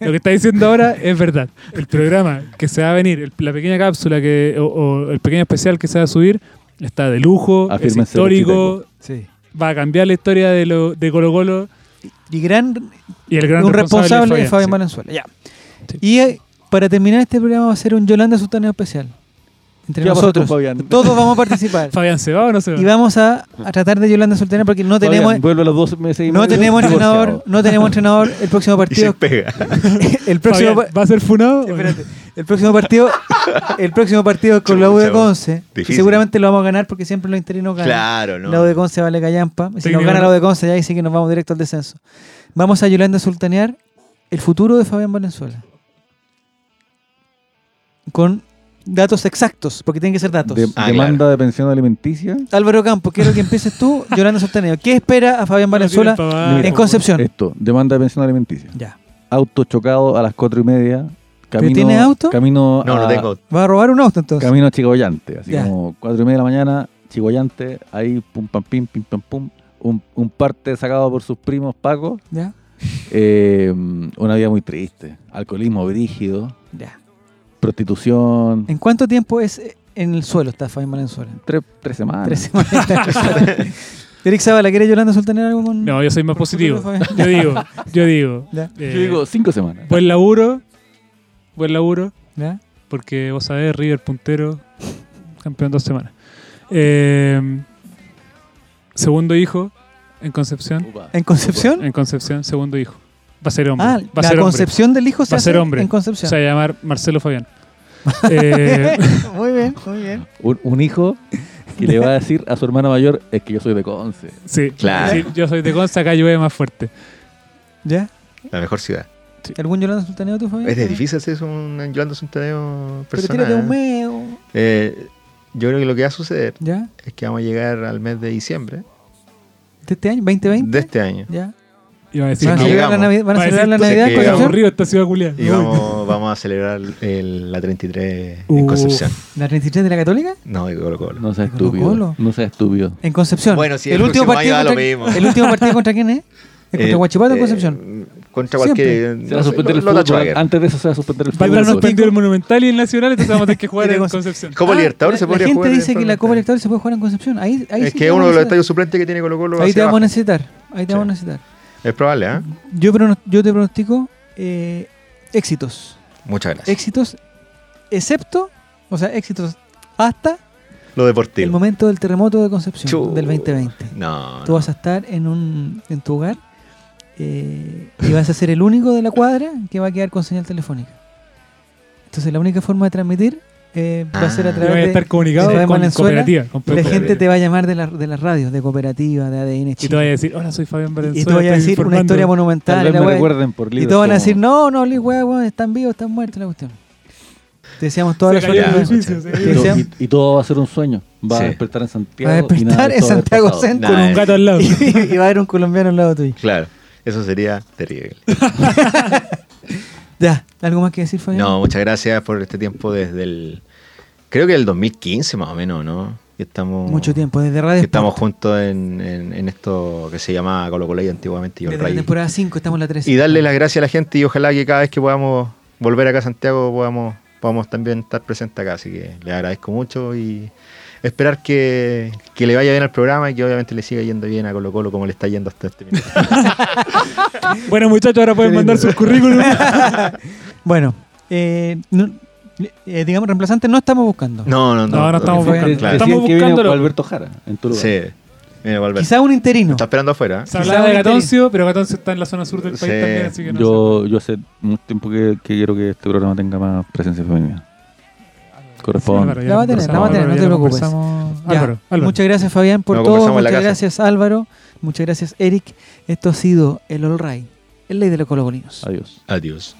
C: Lo que está diciendo ahora es verdad. El programa que se va a venir, el- la pequeña cápsula que, o, o el pequeño especial que se va a subir, está de lujo,
D: Afírmense
C: es histórico,
D: los
A: Sí.
C: va a cambiar la historia de, lo, de Colo Colo
A: Y gran
C: y el gran
A: un responsable es
C: Fabián,
A: Fabián
C: sí.
A: Valenzuela. Ya.
C: Sí.
A: Y eh, para terminar este programa va a ser un Yolanda Sultaneo especial. Entre
D: ¿Qué va a pasar con
A: nosotros.
D: Fabián?
A: Todos vamos a participar.
C: Fabián, ¿se va o no se va?
A: y vamos a, a tratar de Yolanda Sultaneo porque no tenemos
D: Fabián, vuelve a los dos meses y
A: no
D: medio
A: tenemos
D: divorciado.
A: entrenador, no tenemos entrenador el próximo
B: Y
A: partido.
B: se pega.
A: El próximo
C: Fabián, ¿Va a ser funado?
A: pa- espérate, el próximo partido el próximo partido es con la U de
B: Chucha,
A: Conce, y
B: difícil.
A: seguramente lo vamos a ganar porque siempre los interinos ganan.
B: Claro, ¿no?
A: La U de Conce vale callampa. Si nos
C: Técnico,
A: gana
C: ¿no?
A: la U de Conce, ya ahí sí que nos vamos directo al descenso. Vamos a Yolanda Sultanear el futuro de Fabián Valenzuela. Con datos exactos, porque tienen que ser datos.
D: De-
B: Ah,
D: demanda de pensión alimenticia.
A: Álvaro Campo, quiero que empieces tú, Yolanda Sosteneo. ¿Qué espera a Fabián Valenzuela
C: No tienen pa' más,
A: en
C: po,
B: eh,
A: Concepción?
D: Esto, demanda de pensión alimenticia.
A: Ya.
D: Auto chocado a las cuatro y media. Camino,
A: tienes auto?
D: Camino
B: No,
A: Ah.
B: no
D: a-
B: tengo.
A: Va a robar un auto entonces.
D: Camino a Chigoyante, así
A: Ya.
D: como cuatro y media de la mañana, Chigoyante, ahí pum pam pim, pim pam pum, un, un parte sacado por sus primos Paco,
A: Ya.
D: eh, una vida muy triste, alcoholismo brígido,
A: Ya.
D: prostitución,
A: ¿En cuánto tiempo es eh, en el suelo está Fabián Valenzuela?
D: tres, tres
B: Ah,
D: semanas.
A: Tres semanas. Eric Zavala, ¿quiere Yolanda Sosteneo algo con.?
C: No, yo soy más
A: con
C: positivo.
A: futuro, Fabián?
C: Yo digo, yo digo.
A: Ya.
C: eh,
D: Yo digo cinco semanas.
C: Buen laburo, buen laburo,
A: ¿Ya?
C: porque vos sabés, River puntero, campeón dos semanas. Eh, segundo hijo en Concepción.
D: Upa.
A: ¿En Concepción?
C: En Concepción, segundo hijo. Va a ser hombre.
A: Ah,
C: va a
A: la
C: ser hombre.
A: concepción del hijo se
C: Va a
A: hace
C: ser hombre.
A: en
C: Se
A: Concepción.
C: va a llamar Marcelo Fabián. Eh,
A: muy bien, muy bien.
D: Un, un hijo que le va a decir a su hermana mayor, es que yo soy de Conce.
C: sí,
B: Claro.
C: sí, yo soy de Conza, acá llueve más fuerte.
A: ¿Ya?
B: La mejor ciudad.
A: ¿Algún Yolanda Sultaneo tú, Fabián?
B: Es de- difícil hacer eso, un Yolanda Centeneo
A: Pero
B: personal.
A: tírate un meo.
B: Eh, yo creo que lo que va a suceder
A: ¿Ya?
B: es que vamos a llegar al mes de diciembre
A: ¿De este año? ¿2020?
B: de este año.
A: ¿Ya?
C: Y va a decir,
A: ¿Van a
B: que
A: celebrar la,
C: no,
B: llegamos.
A: Navidad- van a
C: Va a
A: celebrar la
C: decir,
A: Navidad
B: que
A: en
C: qué
B: llegamos.
A: Concepción?
C: aburrido esta ciudad culiada.
B: Y vamos, vamos a celebrar el- la 33 en
C: Uh.
B: Concepción.
A: ¿La 33 de la Católica?
B: No, de Colo Colo.
D: No seas
A: ¿Colo Colo?
D: estúpido. No seas estúpido.
A: En Concepción.
B: Bueno, sí, el próximo año da
A: contra,
B: lo mismo.
A: ¿El último partido contra quién es? ¿Es contra
B: Eh,
A: Huachipato o
B: eh,
A: Concepción?
B: Contra
A: Siempre.
B: cualquier.
D: Se va a suspender
B: lo-
D: el
B: lo tacho
D: fútbol.
B: Wagner.
D: Antes de eso se va a suspender el
C: Va a
D: fútbol.
C: estar suspendido el Monumental y el Nacional, entonces vamos a tener que jugar en
A: Tiene cosas.
C: Concepción.
B: Copa
A: Ah,
B: Libertadores se
A: la-
B: podría
A: La
B: jugar
A: gente
B: en
A: dice que la Copa Libertadores
B: Libertadores.
A: se puede jugar en Concepción. Ahí, ahí sí
B: Es que
A: te
B: es uno de
A: vamos a
B: los
A: necesitar.
B: estadios suplentes que tiene Colo Colo.
A: Ahí
B: hacia
A: te vamos a
B: abajo.
A: necesitar. Ahí te
B: Sí.
A: vamos a necesitar.
B: Es probable, ¿eh?
A: Yo, prono- yo te pronostico eh, éxitos.
B: Muchas gracias.
A: Éxitos, excepto, o sea, éxitos hasta
B: Lo
A: el
B: deportivo.
A: momento del terremoto de Concepción
B: Chu.
A: del 2020.
B: No.
A: Tú
B: no.
A: vas a estar en un en tu hogar eh, y vas a ser el único de la cuadra que va a quedar con señal telefónica. Entonces la única forma de transmitir eh, va a ser a
B: Ah.
C: Y va a
A: través de
C: estar comunicado
A: de
C: con
A: Valenzuela,
C: cooperativa. con
A: la
C: cooperativa.
A: gente te va a llamar de, la- de las radios, de cooperativa, de ADN
C: Y te
A: Chile.
C: voy a decir, hola, soy Fabián Valenzuela.
A: Y te voy a
C: estoy
A: decir una
C: informando".
A: historia
D: Tal
A: monumental.
D: vez
A: la
D: me
A: wea-
D: recuerden por
A: y
D: libros
A: todos van a
D: como-
A: decir, no, no, Luis, weón, weón, están vivos, están muertos la cuestión. Te deseamos toda la
C: Se cayó el
B: Ya,
A: suerte.
C: edificio,
B: muchas
C: se
A: gracias.
C: cayó.
D: Y, to- y- y todo va a ser un sueño. Va
B: Sí.
D: a despertar en Santiago.
A: Va a
D: y nada
A: despertar
D: de
A: en
D: todo va a haber
A: Santiago
D: pasado.
A: Centro
B: Nah,
C: Un gato al lado.
A: y, y va a haber un colombiano al lado tuyo.
B: Claro. Eso sería terrible.
A: Ya, ¿algo más que decir, Fabián?
B: No, muchas gracias por este tiempo desde el. Creo que el 2015 más o menos, ¿no? Que estamos,
A: Mucho tiempo, desde
B: que
A: Radio
B: estamos
A: Sport,
B: juntos en, en- en esto que se llamaba Colo Colo y antiguamente yo
A: Desde la temporada 5 estamos en la 13.
B: Y darle las gracias a la gente y ojalá que cada vez que podamos volver acá a Santiago podamos, podamos también estar presentes acá. Así que le agradezco mucho y esperar que, que le vaya bien al programa y que obviamente le siga yendo bien a Colo Colo como le está yendo hasta este minuto.
C: Bueno, muchachos, ahora pueden mandar sus currículum.
A: Bueno, eh, no- eh, digamos, reemplazante no estamos buscando.
B: No, no, no.
C: No, no estamos
D: Decían que-
C: buscando.
B: Claro.
D: decían
C: Estamos
D: que viene
C: buscándolo.
D: Alberto Jara en tu lugar.
B: Sí, viene Valverde.
A: Quizá un interino.
B: Está esperando afuera. ¿eh?
C: Se hablaba
A: Quizá
C: de
A: me
C: Gatoncio, pero Gatoncio está en la zona sur del país
B: Sí.
C: también, así que no
D: Yo, yo hace mucho tiempo que, que quiero que este programa tenga más presencia femenina.
C: sé. Sí,
D: Corresponde.
C: Álvaro, ya
A: La va a
C: lo
A: tener, la va a tener, no
C: conversamos, Álvaro,
A: te
C: ya lo
A: preocupes.
C: conversamos.
A: Ya.
C: Álvaro, Álvaro.
A: Muchas gracias, Fabián, por
B: Nos
A: todo.
B: conversamos en la
A: Muchas
B: casa.
A: gracias, Álvaro. Muchas gracias, Eric. Esto ha sido el All Right, el ley de los colocolinos.
D: Adiós.
B: Adiós.